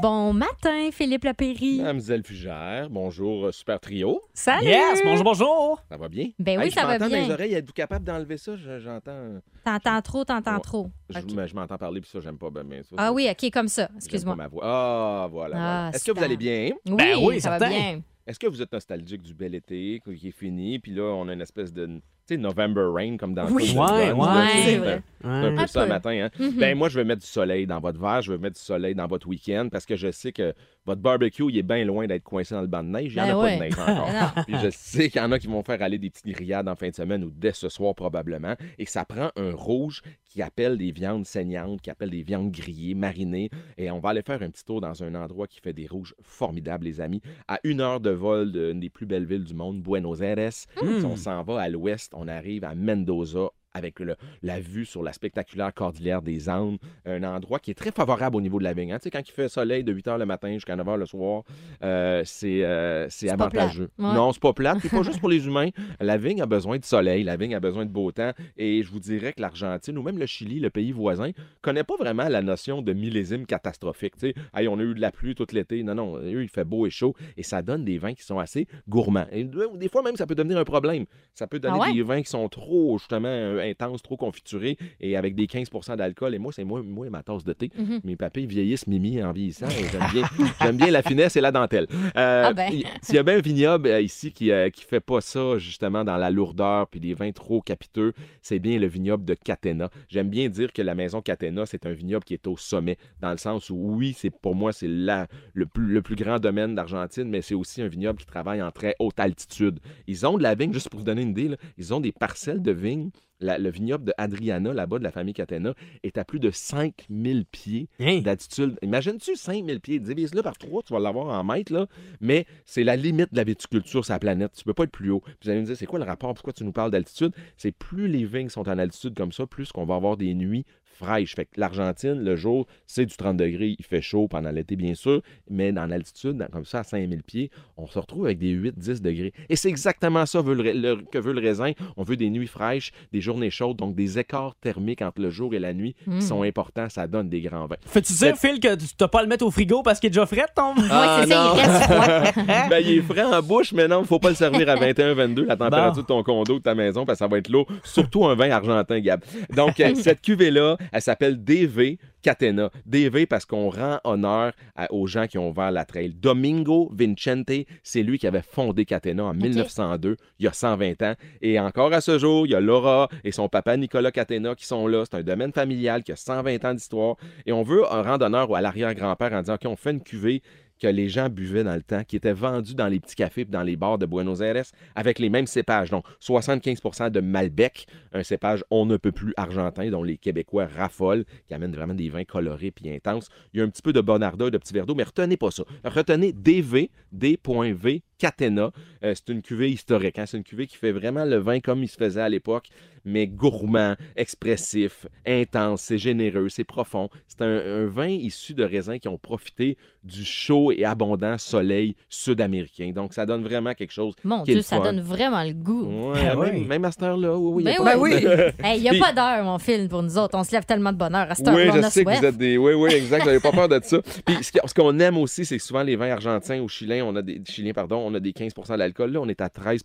Bon matin, Philippe Lapéry.
Mademoiselle Fugère, bonjour, euh, super trio.
Salut! Yes, bonjour,
bonjour!
Ça va bien?
Ben oui,
je
ça va
m'entends dans
bien.
les oreilles, êtes-vous capable d'enlever ça? Je- J'entends... un-
T'entends trop, t'entends
Ouais.
trop.
Je, mais je m'entends parler, puis ça, j'aime pas bien, bien ça.
Ah
ça,
oui, OK, comme ça.
j'aime
Excuse-moi.
pas ma voix. Ah, voilà.
Ah,
voilà. Est-ce que vous
super.
allez bien?
Oui, Ben oui, ça va certain. bien.
Est-ce que vous êtes nostalgique du bel été qui est fini, puis là, on a une espèce de... Tu sais, November Rain, comme dans...
Oui.
Top Gun,
Ouais,
là, tu
ouais.
sais,
C'est
c'est
vrai.
un- c'est un
Ouais.
peu
Un
ça
peu.
matin. hein.
Mhm.
Ben, moi, je veux mettre du soleil dans votre verre, je veux mettre du soleil dans votre week-end, parce que je sais que votre barbecue, il est bien loin d'être coincé dans le banc de neige. Il n'y en
Ben
a
ouais.
pas de neige encore.
Non.
Puis je sais qu'il y en a qui vont faire aller des petites grillades en fin de semaine ou dès ce soir probablement. Et ça prend un rouge qui appelle des viandes saignantes, qui appelle des viandes grillées, marinées. Et on va aller faire un petit tour dans un endroit qui fait des rouges formidables, les amis. À une heure de vol d'une des plus belles villes du monde, Buenos Aires.
Mmh.
Si on s'en va à l'ouest, on arrive à Mendoza avec le- la vue sur la spectaculaire cordillère des Andes, un endroit qui est très favorable au niveau de la vigne. hein. Tu sais, quand il fait soleil de 8 h le matin jusqu'à 9 h le soir, euh, c'est euh, c'est
pas
avantageux.
plate. Ouais.
Non, non, c'est pas plate, c'est pas juste pour les humains. La vigne a besoin de soleil, la vigne a besoin de beau temps. Et je vous dirais que l'Argentine ou même le Chili, le pays voisin, connaît pas vraiment la notion de millésime catastrophique. tu sais. Hey, on a eu de la pluie tout l'été. Non, non, eux, il fait beau et chaud. Et ça donne des vins qui sont assez gourmands. Et de- des fois même, ça peut devenir un problème. Ça peut donner
Ah ouais?
des vins qui sont trop, justement, euh, intenses, trop confiturés et avec des 15 d'alcool. Et moi, c'est moi, moi et ma tasse de thé.
Mhm.
Mes papilles vieillissent mimi en vieillissant. et J'aime bien, j'aime bien la finesse et la dentelle. Euh,
Ah ben.
y- s'il y a bien un vignoble euh, ici qui ne fait pas ça, justement, dans la lourdeur puis des vins trop capiteux, c'est bien le vignoble de Catena. J'aime bien dire que la maison Catena, c'est un vignoble qui est au sommet, dans le sens où, oui, c'est pour moi, c'est la- le, plus, le plus grand domaine d'Argentine, mais c'est aussi un vignoble qui travaille en très haute altitude. Ils ont de la vigne, juste pour vous donner une idée, là, ils ont des parcelles de vignes. La- le vignoble de Adriana, là-bas, de la famille Catena, est à plus de 5000 pieds d'altitude. Imagines-tu 5000 pieds? Divise-le par 3, tu vas l'avoir en mètres, là. Mais c'est la limite de la viticulture sur la planète. Tu peux pas être plus haut. Puis Vous allez me dire, c'est quoi le rapport? Pourquoi tu nous parles d'altitude? C'est plus les vignes sont en altitude comme ça, plus qu'on va avoir des nuits fraîche. Fait que l'Argentine, le jour, c'est du 30 degrés, il fait chaud pendant l'été, bien sûr, mais dans l'altitude, dans- comme ça, à 5000 pieds, on se retrouve avec des 8-10 degrés. Et c'est exactement ça veut le ra- le- que veut le raisin. On veut des nuits fraîches, des journées chaudes, donc des écarts thermiques entre le jour et la nuit
Mm.
qui sont importants. Ça donne des grands vins.
Fais-tu dire, Phil, que tu t'as pas à le mettre au frigo parce qu'il est déjà frais, ton
Ah, non. ben, il est
frais.
frais en bouche, mais non, faut pas le servir à 21, 22, la température de ton condo, de ta maison, parce que ça va être l'eau. Surtout un vin argentin, Gab. Donc, euh, cette cuvée-là, elle s'appelle DV Catena. DV parce qu'on rend honneur à- aux gens qui ont ouvert la trail. Domingo Vincente, c'est lui qui avait fondé Catena en 1902, il y a 120 ans. Et encore à ce jour, il y a Laura et son papa Nicolas Catena qui sont là. C'est un domaine familial qui a 120 ans d'histoire. Et on veut un rendre honneur à l'arrière-grand-père en disant, OK, on fait une cuvée que les gens buvaient dans le temps, qui étaient vendus dans les petits cafés et dans les bars de Buenos Aires avec les mêmes cépages. Donc, 75 de Malbec, un cépage on ne peut plus argentin, dont les Québécois raffolent, qui amène vraiment des vins colorés puis intenses. Il y a un petit peu de Bonarda, de Petit Verdot, mais retenez pas ça. Retenez DV, D.V, Catena. Euh, c'est une cuvée historique. hein. C'est une cuvée qui fait vraiment le vin comme il se faisait à l'époque, mais gourmand, expressif, intense, c'est généreux, c'est profond. C'est un, un vin issu de raisins qui ont profité du chaud et abondant soleil sud-américain. Donc, ça donne vraiment quelque chose.
Mon
qui est
Dieu,
le
ça
fun.
donne vraiment le goût.
Ouais, même, même à cette heure-là, oui, oui.
Ben
y a pas
oui.
de-
Hey, Il n'y a
Puis-
pas d'heure, mon film, pour nous autres. On se lève tellement de bonheur à cette
oui,
heure-là. on
je
a
sais que
soif.
vous êtes des. Oui, oui, exact. J'avais pas peur de ça. Puis ce qui- ce qu'on aime aussi, c'est que souvent les vins argentins ou chiliens, on a des chiliens, pardon, on a des 15 d'alcool. Là, on est à 13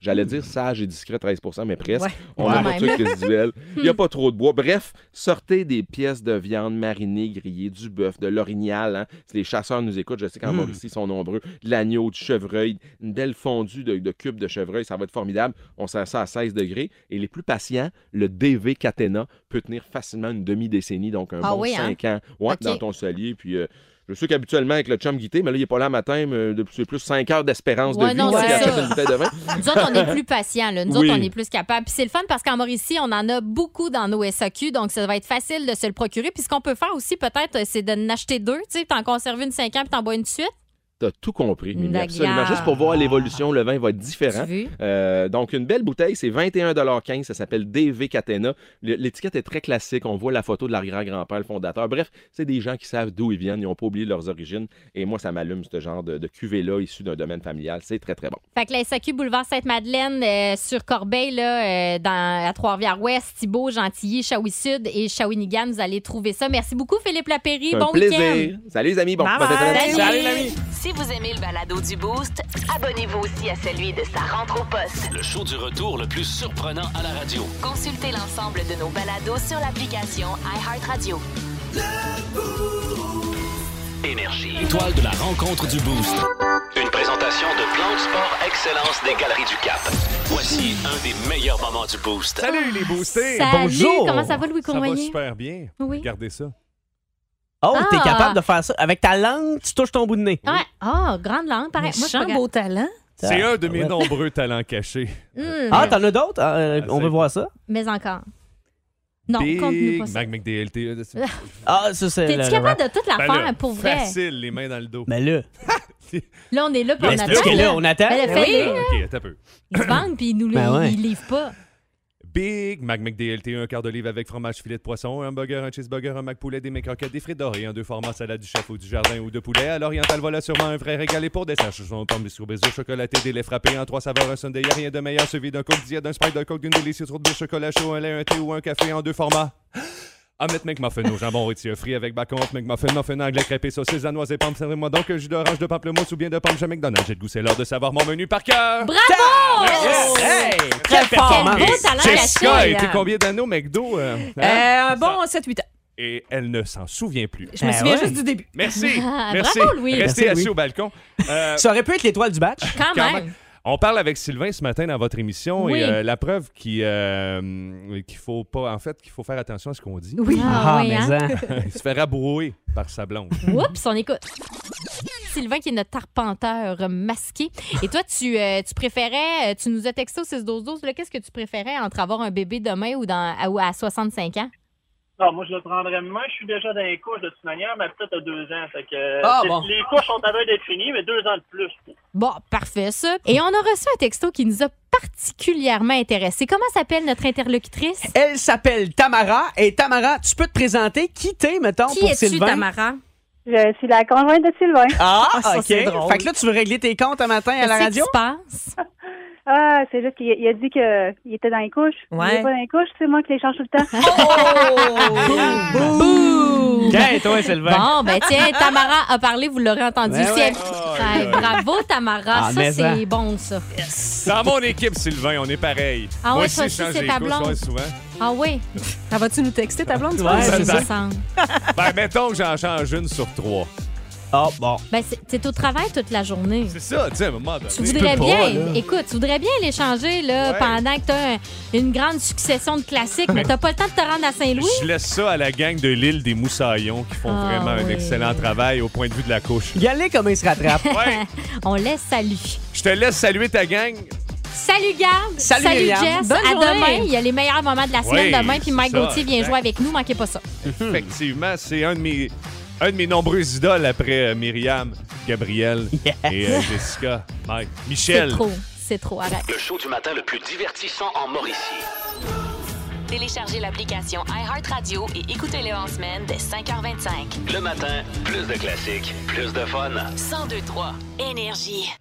J'allais dire sage et discret 13 mais presque.
Hmm.
on
Ouais,
a
quand
pas
même.
de truc résiduel. Il n'y a pas trop de bois. Bref, sortez des pièces de viande marinée, grillée, du bœuf, de l'orignal. hein. Si les chasseurs nous écoutent, je sais
Hmm.
qu'en
Mm.
Mauricie, ils sont nombreux. De l'agneau, du chevreuil, une belle fondue de, de cubes de chevreuil, ça va être formidable. On sert ça à 16 degrés. Et les plus patients, le DV Catena peut tenir facilement une demi-décennie, donc un
Ah
bon
oui, hein?
5 ans ouais,
Ok.
dans ton salier. Puis euh, je sais qu'habituellement, avec le chum guité, mais là, il n'est pas là le matin, mais euh, de- c'est plus 5 heures d'espérance
Ouais,
de vie
non,
s'il
c'est
achète
ça.
une bouteille de vin.
Nous autres, on est plus patients. Là. Nous
Oui.
autres, on est plus capables. Puis c'est le fun parce qu'en Mauricie, on en a beaucoup dans nos SAQ, donc ça va être facile de se le procurer. Puis ce qu'on peut faire aussi, peut-être, euh, c'est de n'acheter deux. Tu sais, t'en conserves une 5 ans puis t'en bois une de suite.
T'as tout compris, Mimi,
D'accord.
absolument. Juste pour voir l'évolution, le vin va être différent.
Tu veux?
Euh, donc, une belle bouteille, c'est 21,15 Ça s'appelle DV Catena. Le- L'étiquette est très classique. On voit la photo de l'arrière-grand-père, le fondateur. Bref, c'est des gens qui savent d'où ils viennent. Ils n'ont pas oublié leurs origines. Et moi, ça m'allume, ce genre de, de cuvée-là, issu d'un domaine familial. C'est très, très bon.
Fait que la SAQ Boulevard Sainte-Madeleine euh, sur Corbeil, là, euh, dans, à Trois-Rivières-Ouest, Thibault, Gentilly, Shawi-Sud et Shawinigan, vous allez trouver ça. Merci beaucoup, Philippe Lapéry.
C'est un
Bon
plaisir.
week-end.
Salut, les amis. Bon,
Ah,
Bye bye. Salut,
l'ami.
Si vous aimez le balado du Boost, abonnez-vous aussi à celui de sa rentre au poste.
Le show du retour le plus surprenant à la radio.
Consultez l'ensemble de nos balados sur l'application iHeartRadio.
Énergie. Étoile de la rencontre du Boost. Une présentation de Plan de Sport Excellence des Galeries du Cap. Voici un des meilleurs moments du Boost.
Salut les boostés!
Salut,
Bonjour.
comment ça va, Louis
Ça va
Cournoyer?
super bien.
Oui.
Regardez ça.
Oh, t'es
Ah.
capable de faire ça. Avec ta langue, tu touches ton bout de nez.
Ouais. Ah, grande langue, pareil. Moi, je suis pas
Méchant beau talent.
C'est un de mes
Ah, ouais.
nombreux talents cachés.
Mm.
Ah, t'en as d'autres? Euh, on
c'est-
veut voir ça.
Mais encore. Non,
Big
continue pas ça.
Mac McDLT.
Ah, ça, c'est.
T'es-tu
le-
capable de toute la
Ben
faire
là,
pour vrai?
Facile, les mains dans le dos.
Mais Ben là.
Là, on est là, puis on
Laisse-le.
attend.
Parce Ben, que là, on attend.
Ben,
Ben
fais-le,
oui.
là.
Ok, attends un peu.
Il se vante, puis il nous
Ben
le-
ouais.
il livre pas.
Big Mac McDLT, un quart d'olive avec fromage, filet de poisson, un burger, un cheeseburger, un mac poulet, des mecs croquettes, des frites dorées, un deux formats salade du chef ou du jardin ou de poulet. À l'oriental, voilà sûrement un vrai régal et pour dessert. Chouchon, pommes, biscuits, bisous, chocolaté, des laits frappés en trois saveurs, un sundae, y a rien de meilleur, suivi d'un coke diète, d'un sprite, d'un coke, d'une délicieuse route de chocolat chaud, un lait, un thé ou un café en deux formats. Omelette McMuffin au jambon rôti, frit avec bacon, off McMuffin, muffin anglais, crêpé, saucisse, à noises et pommes. Servez-moi donc un jus d'orange, de pamplemousse ou bien de pomme chez McDonald's. J'ai le goût, c'est l'heure de savoir mon menu par cœur.
Bravo!
Yes! Hey,
Quel
quelle performance!
beau talent
Jessica a
caché,
été
là.
combien d'années au McDo? euh, hein?
Euh, bon, 7-8 ans.
Et elle ne s'en souvient plus.
Je me souviens juste du début.
Merci!
Ah,
merci.
bravo, Louis.
Restez
Merci,
assis
Louis.
au balcon. Euh,
Ça aurait pu être l'étoile du match.
Quand même.
On parle avec Sylvain ce matin dans votre émission
Oui.
et euh, la preuve qui, euh, qu'il faut pas, en fait, qu'il faut faire attention à ce qu'on dit.
Oui. Ah, Ah, oui, mais hein. hein.
Il se fait rabrouer par sa blonde.
Oups, on écoute. Sylvain qui est notre arpenteur masqué. Et toi, tu, euh, tu préférais, euh, tu nous as texté au 6 12 12 là, qu'est-ce que tu préférais entre avoir un bébé demain ou, dans, à, ou à 65 ans?
Non, Ah, moi, je le prendrais. Moi, je suis déjà dans les couches de toute manière. Ma petite a deux ans. Fait que,
Ah,
c'est-
bon.
Les couches sont à veille d'être finies, mais deux ans de plus.
Bon, parfait ça. Et on a reçu un texto qui nous a particulièrement intéressée. Comment s'appelle notre interlocutrice?
Elle s'appelle Tamara. Et Tamara, tu peux te présenter qui t'es, mettons,
Qui
pour
es-tu,
Sylvain?
Tamara?
Je suis la conjointe de Sylvain.
Ah,
ça,
OK.
c'est
Fait
drôle.
que là, tu veux régler tes comptes un matin à la
Qu'est-ce
radio?
qui Ah, c'est juste qu'il il a dit qu'il était dans les couches.
Ouais. Oh!
Il est pas dans les couches, c'est moi qui les change tout le temps.
Tiens, toi, Sylvain.
Bon, ben tiens, Tamara a parlé, vous l'aurez entendu.
Ben
Si
ouais.
elle- Ouais,
Oh,
bravo, Tamara.
Ah,
ça,
mais
c'est
ça.
bon, ça.
Dans mon équipe, Sylvain, on est pareil.
Ah
Moi
ouais,
aussi,
toi
je
aussi,
change
c'est
les
ta
couches,
blonde.
ouais, souvent.
Ah oui?
Ça vas-tu nous texter ta blonde? tu
Ouais,
penses?
c'est ça.
semble.
Ben, mettons que j'en change une sur trois.
Ah, bon.
Ben, c'est- t'es au travail toute la journée.
C'est ça, tu sais, à un moment donné.
Tu voudrais
peux pas,
bien,
là.
écoute, tu voudrais bien l'échanger là,
Ouais.
pendant que tu as une grande succession de classiques, mais t'as pas le temps de te rendre à Saint-Louis.
Je laisse ça à la gang de l'île des Moussaillons qui font
Ah,
vraiment un
oui.
excellent travail au point de vue de la couche.
Y aller comme il se rattrape.
On laisse salut.
Je te laisse saluer ta gang.
Salut Gab,
Salut, Myriam.
Jess,
Bonne
à
journée.
demain. Il y a les meilleurs moments de la semaine
Oui,
demain, puis Mike
c'est ça,
Gauthier vient
exact.
jouer avec nous, manquez pas ça.
Mhm.
Effectivement, c'est un de mes un de mes nombreuses idoles après euh, Myriam, Gabriel et euh, Jessica, Mike, Michel.
C'est trop, c'est trop, arrête.
Le show du matin le plus divertissant en Mauricie.
Téléchargez l'application iHeartRadio et écoutez-le en semaine dès 5h25.
Le matin, plus de classiques, plus de fun.
1023 Énergie.